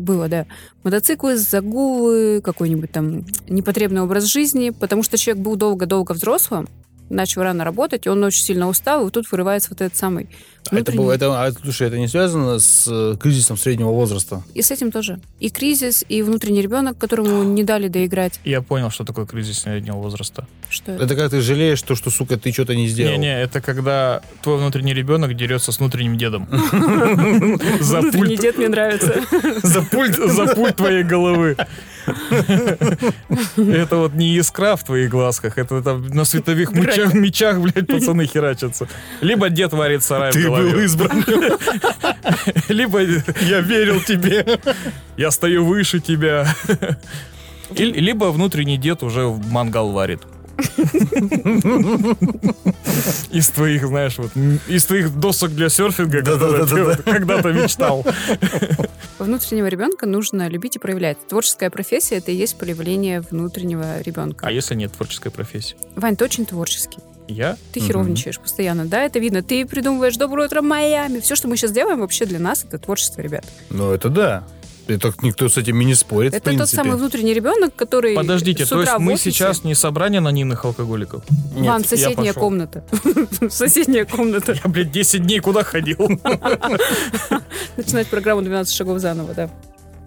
Speaker 2: было, да. Мотоциклы, загулы, какой-нибудь там непотребный образ жизни, потому что человек был долго-долго взрослым, начал рано работать, и он очень сильно устал, и вот тут вырывается вот этот самый
Speaker 3: А Это, было-
Speaker 2: внутренний.
Speaker 3: это, а, слушай, это не связано с э, кризисом среднего возраста?
Speaker 2: И с этим тоже. И кризис, и внутренний ребенок, которому не дали доиграть.
Speaker 1: Я понял, что такое кризис среднего возраста.
Speaker 2: Что это?
Speaker 3: Это когда ты жалеешь то, что, сука, ты что-то не сделал.
Speaker 1: Не-не, это когда твой внутренний ребенок дерется с внутренним дедом. За
Speaker 2: Внутренний
Speaker 1: пульт
Speaker 2: дед мне нравится.
Speaker 1: За пульт, за пульт твоей головы. Это вот не искра в твоих глазках, это там на световых мечах, мечах, блядь, пацаны херачатся. Либо дед варит сарай в
Speaker 3: Ты был
Speaker 1: голове.
Speaker 3: избран.
Speaker 1: Либо я верил тебе. Я стою выше тебя. И- либо внутренний дед уже в мангал варит. Из твоих, знаешь, вот м, из твоих досок для серфинга, которые ты вот когда-то мечтал.
Speaker 2: Внутреннего ребенка нужно любить и проявлять. Творческая профессия — это и есть проявление внутреннего ребенка.
Speaker 1: А если нет творческой профессии?
Speaker 2: Вань, ты очень творческий.
Speaker 1: Я?
Speaker 2: Ты
Speaker 3: Мгм.
Speaker 2: херовничаешь постоянно, да, это видно. Ты придумываешь «Доброе утро, Майами». Все, что мы сейчас делаем, вообще для нас это творчество, ребят.
Speaker 3: Ну, это да. Это никто с этим и не спорит, в
Speaker 2: это тот
Speaker 3: принципе.
Speaker 2: самый внутренний ребенок, который
Speaker 1: Подождите,
Speaker 2: с
Speaker 1: то есть
Speaker 2: утра в
Speaker 1: мы
Speaker 2: офисе-
Speaker 1: сейчас не собрание анонимных алкоголиков?
Speaker 2: Вам
Speaker 1: я
Speaker 2: соседняя
Speaker 1: пошел.
Speaker 2: комната. Соседняя комната.
Speaker 1: Я, блядь, 10 дней куда ходил?
Speaker 2: Начинать программу «12 шагов заново», да.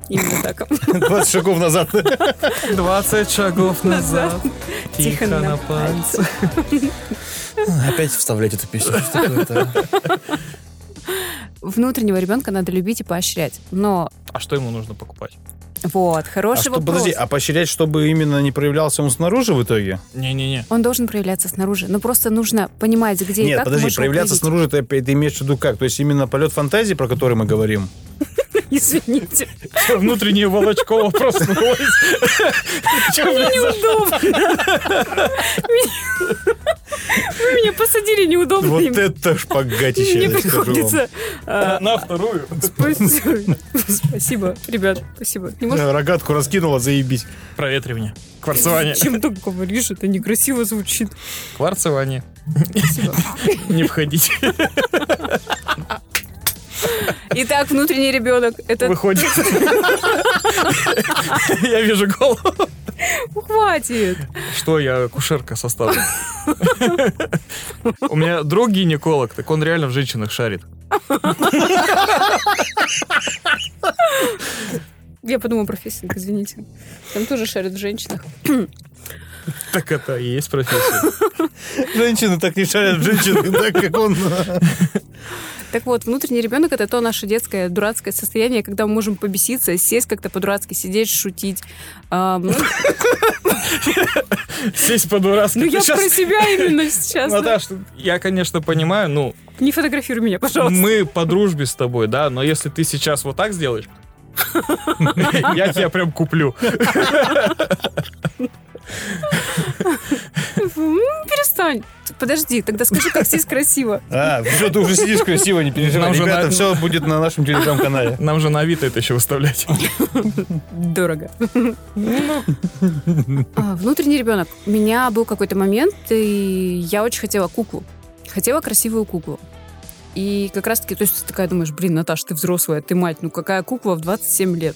Speaker 2: Именно так.
Speaker 3: 20 шагов назад.
Speaker 1: 20 шагов
Speaker 2: назад, Тихо на
Speaker 1: пальцах.
Speaker 3: Опять вставлять эту песню. Что такое это?
Speaker 2: Внутреннего ребенка надо любить и поощрять. Но
Speaker 1: А что ему нужно покупать?
Speaker 2: вот,
Speaker 3: А
Speaker 2: хороший
Speaker 3: что-
Speaker 2: вопрос.
Speaker 3: подожди, а поощрять, чтобы именно не проявлялся он снаружи в итоге?
Speaker 1: Не-не-не.
Speaker 2: Он должен проявляться снаружи. Но просто нужно понимать, где и
Speaker 3: Нет,
Speaker 2: как
Speaker 3: подожди,
Speaker 2: можно
Speaker 3: проявляться
Speaker 2: его
Speaker 3: снаружи, ты, ты имеешь в виду как? То есть именно полет фантазии, про который мы говорим?
Speaker 2: проявить. Извините.
Speaker 1: Внутреннее волочко проснулось. Чё, блядь, за-
Speaker 2: Неудобно. Меня- Вы меня посадили неудобно.
Speaker 3: Вот
Speaker 2: им.
Speaker 3: это шпагатище,
Speaker 2: Мне
Speaker 3: я скажу вам.
Speaker 2: приходится... а,
Speaker 1: На вторую.
Speaker 2: спасибо. Спасибо, ребят, спасибо. Не может,
Speaker 3: Рогатку раскинула, заебись.
Speaker 1: Проветривание. Кварцевание.
Speaker 2: чем ты говоришь, это некрасиво звучит.
Speaker 1: Кварцевание.
Speaker 2: Спасибо.
Speaker 1: Не входите.
Speaker 2: Итак, внутренний ребенок. Это...
Speaker 1: Выходит. Я вижу голову.
Speaker 2: Ну, Хватит.
Speaker 1: Что, я кушерка составлю? У меня друг гинеколог, так он реально в женщинах шарит.
Speaker 2: Я подумала про фестинг, извините. Там тоже шарят в женщинах.
Speaker 1: Так это и есть профессия.
Speaker 3: Женщины так не шарят в женщины, так как он...
Speaker 2: Так вот, внутренний ребенок это то наше детское дурацкое состояние, когда мы можем побеситься, сесть как-то по-дурацки, сидеть, шутить. А, ну,
Speaker 1: Сесть по-дурацки.
Speaker 2: Ну, я
Speaker 1: Сейчас,
Speaker 2: про себя именно сейчас. Ну да.
Speaker 1: Наташ, я, конечно, понимаю, ну,
Speaker 2: Не фотографируй меня, пожалуйста.
Speaker 1: мы по дружбе с тобой, да, но если ты сейчас вот так сделаешь, я тебя прям куплю.
Speaker 2: М, Перестань. Подожди, тогда скажи, как сесть красиво.
Speaker 3: А, все, ты уже сидишь красиво, не переживай.
Speaker 1: Нам же
Speaker 3: Ребята,
Speaker 1: на-
Speaker 3: все будет на нашем телеграм-канале.
Speaker 1: Нам же на Авито это еще выставлять.
Speaker 2: Дорого. Ну, А, Внутренний ребенок. У меня был какой-то момент, и я очень хотела куклу. Хотела красивую куклу. И как раз-таки, то есть ты такая думаешь, блин, Наташ, ты взрослая, ты мать, ну какая кукла в 27 лет?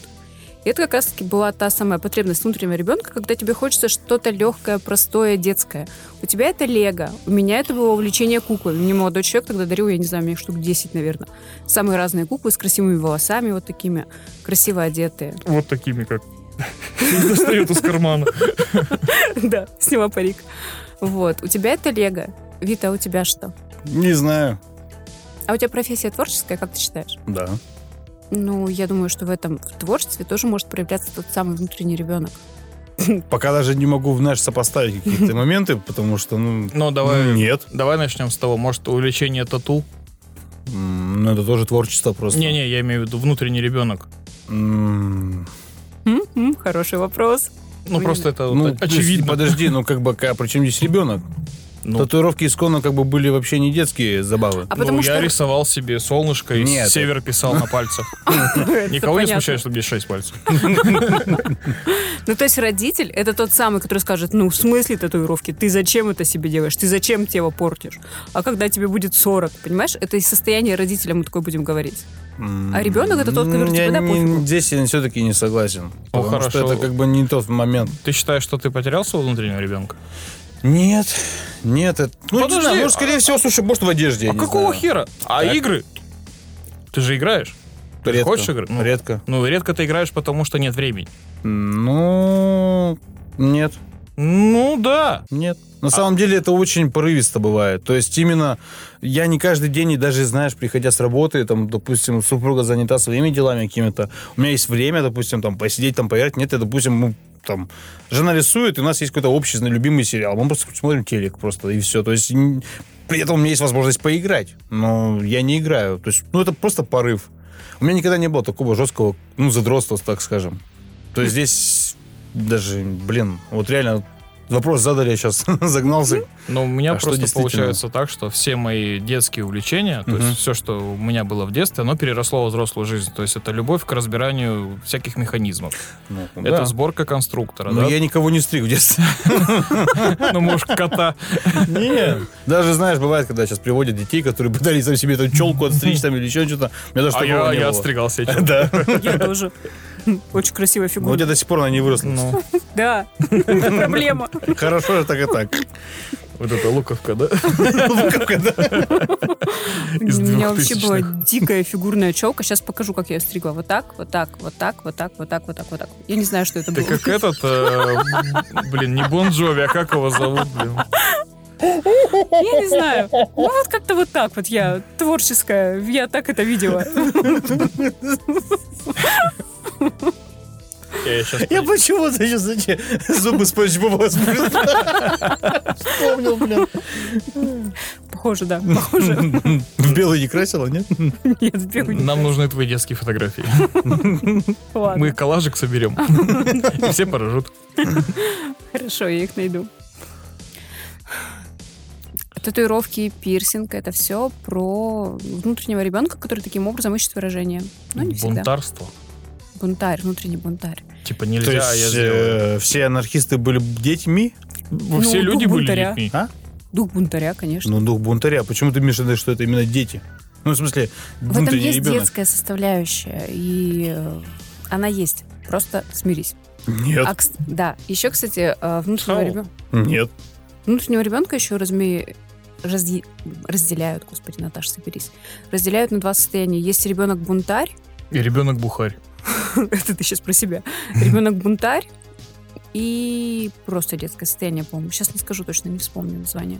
Speaker 2: И это как раз-таки была та самая потребность внутреннего ребенка, когда тебе хочется что-то легкое, простое, детское. У тебя это лего, у меня это было увлечение куклами. Мне молодой человек тогда дарил, я не знаю, мне их штук 10, наверное. Самые разные куклы с красивыми волосами, вот такими, красиво одетые.
Speaker 1: Вот такими как. Достает из кармана.
Speaker 2: Да, сняла парик. Вот, у тебя это лего. Вита, а у тебя что?
Speaker 3: Не знаю.
Speaker 2: А у тебя профессия творческая, как ты считаешь?
Speaker 3: Да.
Speaker 2: Ну, я думаю, что в этом в творчестве тоже может проявляться тот самый внутренний ребенок.
Speaker 3: Пока даже не могу, знаешь, сопоставить какие-то моменты, потому что, ну...
Speaker 1: Ну, давай.
Speaker 3: Нет.
Speaker 1: Давай начнем с того, может, увлечение тату?
Speaker 3: М, ну, Это тоже творчество просто.
Speaker 1: Не-не, я имею в виду внутренний ребенок.
Speaker 3: М,
Speaker 2: М-м, хороший вопрос.
Speaker 1: Ну,
Speaker 2: Блин.
Speaker 1: просто это
Speaker 3: Ну,
Speaker 1: вот очевидно.
Speaker 3: Подожди, ну как бы, а при чем здесь ребенок?
Speaker 1: Ну,
Speaker 3: Татуировки исконно как бы были вообще не детские забавы.
Speaker 2: А
Speaker 1: ну,
Speaker 2: потому
Speaker 1: я
Speaker 2: что...
Speaker 1: рисовал себе солнышко и
Speaker 3: Нет,
Speaker 1: север писал на пальцах.
Speaker 2: это
Speaker 1: Никого не
Speaker 2: понятно.
Speaker 1: смущает, что мне 6 пальцев.
Speaker 2: Ну, то есть родитель — это тот самый, который скажет, ну, в смысле татуировки? Ты зачем это себе делаешь? Ты зачем тело портишь? А когда тебе будет 40, понимаешь? Это из состояния родителя мы такое будем говорить. А ребенок — это тот,
Speaker 3: М,
Speaker 2: который
Speaker 3: я
Speaker 2: тебе, да,
Speaker 3: не-
Speaker 2: пофигу.
Speaker 3: Здесь я все-таки не согласен.
Speaker 1: О,
Speaker 3: потому что
Speaker 1: хорошо.
Speaker 3: это как бы не тот момент.
Speaker 1: Ты считаешь, что ты потерял своего внутреннего ребенка?
Speaker 3: Нет, нет, это... Ну,
Speaker 1: Подожди,
Speaker 3: не знаю, может,
Speaker 1: а-
Speaker 3: скорее всего, слушай, может, в одежде, я
Speaker 1: а
Speaker 3: не
Speaker 1: какого
Speaker 3: знаю.
Speaker 1: хера? А
Speaker 3: Так.
Speaker 1: игры? Ты же играешь. Ты
Speaker 3: Редко.
Speaker 1: хочешь играть? Ну,
Speaker 3: Редко.
Speaker 1: ну, редко ты играешь, потому что нет времени.
Speaker 3: Ну, нет,
Speaker 1: Ну, да.
Speaker 3: нет. На самом деле это очень порывисто бывает. То есть именно я не каждый день, и даже, знаешь, приходя с работы, там, допустим, супруга занята своими делами какими-то, у меня есть время, допустим, там, посидеть, там, поиграть. Нет, я, допустим, ну, там, жена рисует, и у нас есть какой-то общий зна- любимый сериал. Мы просто смотрим телек просто, и все. То есть н- при этом у меня есть возможность поиграть, но я не играю. То есть, ну, это просто порыв. У меня никогда не было такого жесткого, ну, задротства, так скажем. То есть здесь даже, блин, вот реально вопрос задали, я сейчас загнался.
Speaker 1: Но у меня
Speaker 3: А что
Speaker 1: просто
Speaker 3: действительно?
Speaker 1: получается так, что все мои детские увлечения, то
Speaker 3: Мгм.
Speaker 1: есть все, что у меня было в детстве, оно переросло во взрослую жизнь. То есть это любовь к разбиранию всяких механизмов.
Speaker 3: Ну, да.
Speaker 1: Это сборка конструктора, да?
Speaker 3: Но Ну, я никого не стриг в детстве.
Speaker 1: Ну, может, кота.
Speaker 3: Нет. Даже, знаешь, бывает, когда сейчас приводят детей, которые пытались там себе эту челку отстричь там или еще что-то. У меня даже
Speaker 1: А
Speaker 3: такого
Speaker 1: я,
Speaker 3: не
Speaker 1: я
Speaker 3: было.
Speaker 1: отстригал себе чё-то.
Speaker 3: Да.
Speaker 2: Я тоже. Очень красивая
Speaker 3: Ну, у
Speaker 2: фигура.
Speaker 3: тебя до сих пор она не выросла.
Speaker 1: Ну,
Speaker 2: Да, это проблема.
Speaker 3: Хорошо же так и так.
Speaker 1: вот это луковка, да? Из
Speaker 2: У меня вообще была
Speaker 1: 2000-х.
Speaker 2: дикая фигурная челка. Сейчас покажу, как я ее стригла. Вот так, вот так, вот так, вот так, вот так, вот так, вот так. Я не знаю, что это
Speaker 1: Ты
Speaker 2: было.
Speaker 1: как этот, э, блин, не Бон Джови, а как его зовут, блин?
Speaker 2: Я не знаю. Ну вот как-то вот так вот я творческая. Я так это видела.
Speaker 1: Я сейчас
Speaker 3: Я почему-то сейчас зачем зубы с патчбола Вспомнил, блин.
Speaker 2: Похоже, да. Похоже.
Speaker 3: В белый не красила, нет?
Speaker 2: Нет, бегу не
Speaker 1: Нам нужны твои детские фотографии.
Speaker 2: Ладно.
Speaker 1: Мы коллажик соберем. И все поражут.
Speaker 2: Хорошо, я их найду. Татуировки, пирсинг, это все про внутреннего ребенка, который таким образом ищет выражение. Ну, не всегда.
Speaker 1: Бунтарство.
Speaker 2: Бунтарь, внутренний бунтарь.
Speaker 1: Типа
Speaker 3: То
Speaker 1: нельзя, я
Speaker 3: есть
Speaker 1: сделаю.
Speaker 3: э, все анархисты были детьми?
Speaker 1: Вы Все
Speaker 2: ну,
Speaker 1: люди
Speaker 2: дух
Speaker 1: были
Speaker 2: бунтаря.
Speaker 1: детьми.
Speaker 2: Дух бунтаря, конечно.
Speaker 3: Ну, дух бунтаря. Почему ты, Миша, что это именно дети? Ну, в смысле,
Speaker 2: В этом
Speaker 3: внутренний
Speaker 2: есть
Speaker 3: ребенок.
Speaker 2: детская составляющая, и э, она есть. Просто смирись.
Speaker 3: Нет,
Speaker 2: А, кс- да, еще, кстати, э, внутреннего,
Speaker 1: Сау.
Speaker 2: ребен-
Speaker 3: нет.
Speaker 2: внутреннего ребенка еще разме... разъе- разделяют, господи, Наташа, соберись, разделяют на два состояния. Есть ребенок-бунтарь,
Speaker 1: И ребенок бухарь.
Speaker 2: это ты сейчас про себя, ребенок-бунтарь и просто детское состояние, по-моему. Сейчас не скажу точно, не вспомню название.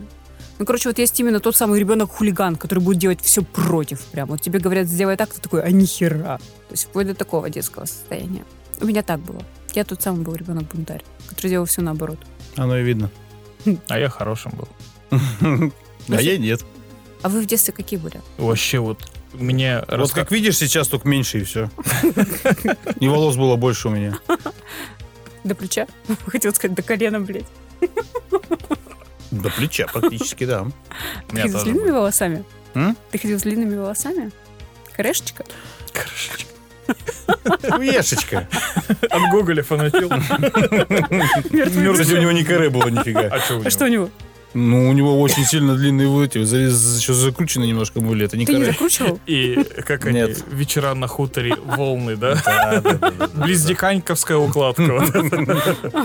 Speaker 2: Ну, короче, вот есть именно тот самый ребенок-хулиган, который будет делать все против прям. Вот тебе говорят, сделай так, ты такой, а нихера. То есть вплоть до такого детского состояния. У меня так было. Я тот самый был ребенок-бунтарь, который делал все наоборот.
Speaker 3: Оно и видно.
Speaker 1: А я хорошим был.
Speaker 2: Ну,
Speaker 3: А я нет.
Speaker 2: А вы в детстве какие были?
Speaker 1: Вообще вот мне
Speaker 3: Вот
Speaker 1: раска-
Speaker 3: как видишь, сейчас только меньше и все. И волос было больше у меня.
Speaker 2: До плеча? Хотел сказать, до колена, блядь.
Speaker 3: До плеча практически, да.
Speaker 1: У
Speaker 2: Ты
Speaker 1: меня
Speaker 2: ходил с
Speaker 1: тоже
Speaker 2: длинными
Speaker 1: был.
Speaker 2: волосами?
Speaker 3: М?
Speaker 2: Ты ходил с длинными волосами? Корешечка?
Speaker 1: Крышечка.
Speaker 3: Вешечка.
Speaker 1: От Гоголя фанатил.
Speaker 2: Мертвый
Speaker 3: Кстати,
Speaker 2: душа.
Speaker 3: у него не коры было нифига.
Speaker 1: А что у
Speaker 2: А что у
Speaker 1: него?
Speaker 2: него?
Speaker 3: Ну, у него очень сильно длинные вот эти, за- за- еще закручены немножко были, это не
Speaker 2: Ты не
Speaker 3: коры.
Speaker 2: закручивал?
Speaker 1: И как они,
Speaker 3: Нет.
Speaker 1: вечера на хуторе волны, да?
Speaker 3: Да, да, да, да, да.
Speaker 1: Близдиканьковская укладка. вот это.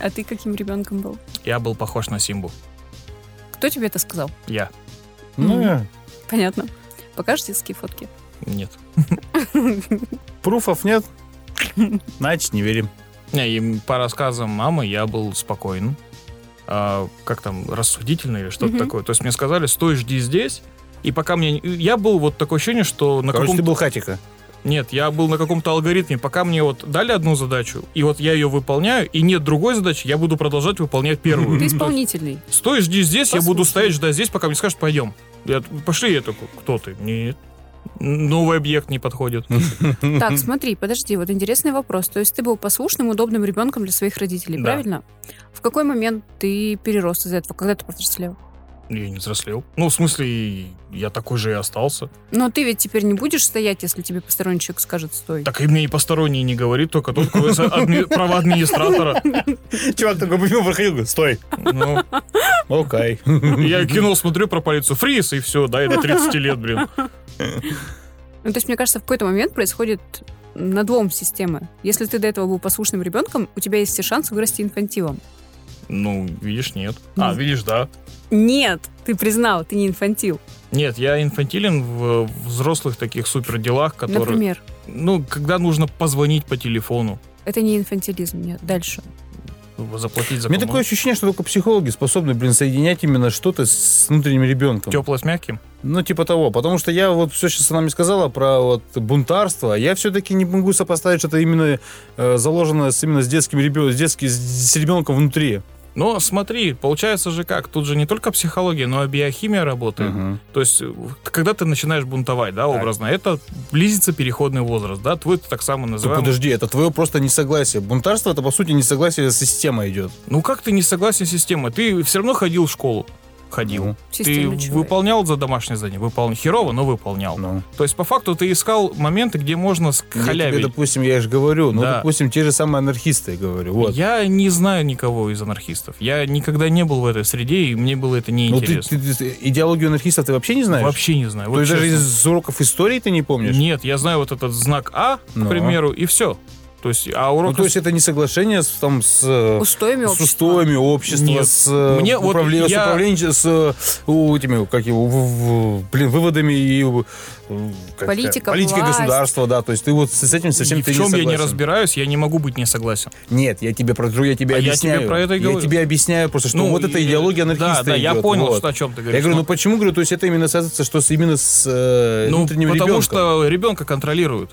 Speaker 2: А ты каким ребенком был?
Speaker 1: Я был похож на Симбу.
Speaker 2: Кто тебе это сказал?
Speaker 1: Я.
Speaker 3: Ну, я-
Speaker 2: Понятно. Покажешь детские фотки?
Speaker 1: Нет.
Speaker 3: Пруфов нет? Значит, не верим.
Speaker 1: Не, и по рассказам мамы я был спокоен. А, как там, рассудительный или что-то
Speaker 2: Мгм.
Speaker 1: такое. То есть мне сказали, стой, жди здесь. И пока мне... Я был вот такое ощущение, что на
Speaker 3: Короче,
Speaker 1: каком-то...
Speaker 3: ты был хатика.
Speaker 1: Нет, я был на каком-то алгоритме. Пока мне вот дали одну задачу, и вот я ее выполняю, и нет другой задачи, я буду продолжать выполнять первую.
Speaker 2: Ты исполнительный.
Speaker 1: Стой, жди здесь, я буду
Speaker 2: Послушай.
Speaker 1: стоять, ждать здесь, пока мне скажут, пойдем. Я, пошли, я такой, кто ты? Нет. Новый объект не подходит.
Speaker 2: Так, смотри, подожди, вот интересный вопрос. То есть ты был послушным, удобным ребенком для своих родителей,
Speaker 1: Да.
Speaker 2: правильно? В какой момент ты перерос из этого? Когда ты повзрослел?
Speaker 1: Я не взрослел. Ну, в смысле, я такой же и остался.
Speaker 2: Но ты ведь теперь не будешь стоять, если тебе посторонний человек скажет «стой».
Speaker 1: Так и мне и посторонний не говорит, только тот, кого за адми- права администратора.
Speaker 3: Чувак такой мимо проходил, говорит, стой.
Speaker 1: Ну,
Speaker 3: Окей.
Speaker 1: я кино смотрю про полицию, фриз, и все, да, и до 30 лет, блин.
Speaker 2: Ну, то есть, мне кажется, в какой-то момент происходит надлом системы. Если ты до этого был послушным ребенком, у тебя есть все шансы вырасти инфантилом.
Speaker 1: Ну, видишь, нет. А, видишь, да.
Speaker 2: Нет, ты признал, ты не инфантил.
Speaker 1: Нет, я инфантилен в в взрослых таких супер делах, которые...
Speaker 2: Например,
Speaker 1: Ну, когда нужно позвонить по телефону,
Speaker 2: это не инфантилизм. Нет, дальше.
Speaker 1: заплатить за
Speaker 3: У меня такое ощущение, что только психологи способны, блин, соединять именно что-то с внутренним ребенком.
Speaker 1: Тепло с мягким?
Speaker 3: Ну, типа того. Потому что я вот все сейчас она мне сказала про вот бунтарство. Я все-таки не могу сопоставить, что это именно э, заложено с, именно с детским ребенком, с, детским- с ребенком внутри.
Speaker 1: Но смотри, получается же как, тут же не только психология, но и биохимия работает.
Speaker 3: Мгм.
Speaker 1: То есть, э, когда ты начинаешь бунтовать, да, образно, это близится переходный возраст, да, твой так само
Speaker 3: Да
Speaker 1: называемый.
Speaker 3: типа, подожди, это твое просто несогласие. Бунтарство это по сути несогласие с системой идет.
Speaker 1: Ну как ты не согласен с системой? Ты все равно ходил в школу. Ходил.
Speaker 3: Ну.
Speaker 1: Ты
Speaker 2: Системный человек.
Speaker 1: выполнял за домашнее задание? Выполнял. Херово, но выполнял.
Speaker 3: Ну.
Speaker 1: То есть, по факту, ты искал моменты, где можно
Speaker 3: Я тебе,
Speaker 1: схалявить. Я,
Speaker 3: допустим, я же говорю, ну,
Speaker 1: Да.
Speaker 3: допустим, те же самые анархисты, я говорю, вот.
Speaker 1: не знаю никого из анархистов. Я никогда не был в этой среде, и мне было это
Speaker 3: Ну, ты,
Speaker 1: неинтересно.
Speaker 3: ты- ты- идеологию анархистов ты вообще не знаешь?
Speaker 1: Вообще не знаю.
Speaker 3: То
Speaker 1: Вот
Speaker 3: есть даже
Speaker 1: честно.
Speaker 3: из уроков истории ты не помнишь?
Speaker 1: Нет, я знаю вот этот знак А,
Speaker 3: Ну.
Speaker 1: к примеру, и все. То есть, а урок...
Speaker 3: Ну, то есть это не соглашение с, там, с, э,
Speaker 2: Устоями
Speaker 3: с
Speaker 2: общества.
Speaker 3: устоями общества,
Speaker 1: Нет.
Speaker 3: с, э,
Speaker 1: Мне вот
Speaker 3: управле- с
Speaker 1: я-
Speaker 3: управлением, с э, у, этими, как его, в- в- блин, выводами и э, как-
Speaker 2: Политика,
Speaker 3: политикой
Speaker 2: власть.
Speaker 3: государства, да, то есть ты вот с с этим совсем
Speaker 1: и
Speaker 3: ты
Speaker 1: в чем я не
Speaker 3: согласен.
Speaker 1: разбираюсь, я не могу быть не согласен.
Speaker 3: Нет, я тебе про другое, я тебе
Speaker 1: А я
Speaker 3: объясняю.
Speaker 1: тебе про это и
Speaker 3: Я
Speaker 1: говорю.
Speaker 3: тебе объясняю просто, что
Speaker 1: Ну,
Speaker 3: вот эта
Speaker 1: и-
Speaker 3: идеология
Speaker 1: да,
Speaker 3: анархиста
Speaker 1: да, я
Speaker 3: идет,
Speaker 1: понял,
Speaker 3: вот.
Speaker 1: что- о чем ты говоришь,
Speaker 3: Я говорю,
Speaker 1: но-
Speaker 3: ну почему, говорю, то есть это именно связывается, что с, именно с
Speaker 1: Ну,
Speaker 3: э,
Speaker 1: потому
Speaker 3: внутренним ребенком.
Speaker 1: что ребенка контролируют.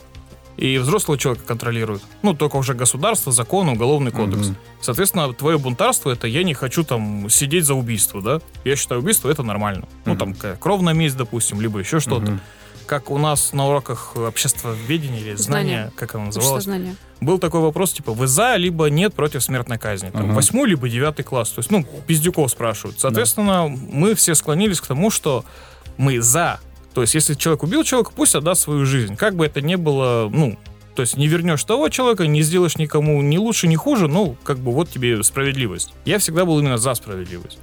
Speaker 1: И взрослого человека контролируют. Ну, только уже государство, закон, уголовный кодекс.
Speaker 3: Мгм.
Speaker 1: Соответственно, твое бунтарство это я не хочу там сидеть за убийство, да? Я считаю, убийство это нормально. Ну, там какая- кровная месть, допустим, либо еще что-то. Как у нас на уроках обществоведения или знания,
Speaker 2: Знания.
Speaker 1: как оно
Speaker 2: Общество
Speaker 1: называлось,
Speaker 2: знания.
Speaker 1: был такой вопрос, типа, вы за, либо нет против смертной казни? Там,
Speaker 3: Ага.
Speaker 1: Восьмой, либо девятый класс. То есть, ну, пиздюков спрашивают. Соответственно, мы все склонились к тому, что мы за. То есть, если человек убил человека, пусть отдаст свою жизнь. Как бы это ни было, ну, то есть не вернешь того человека, не сделаешь никому ни лучше, ни хуже, ну, как бы вот тебе справедливость. Я всегда был именно за справедливость.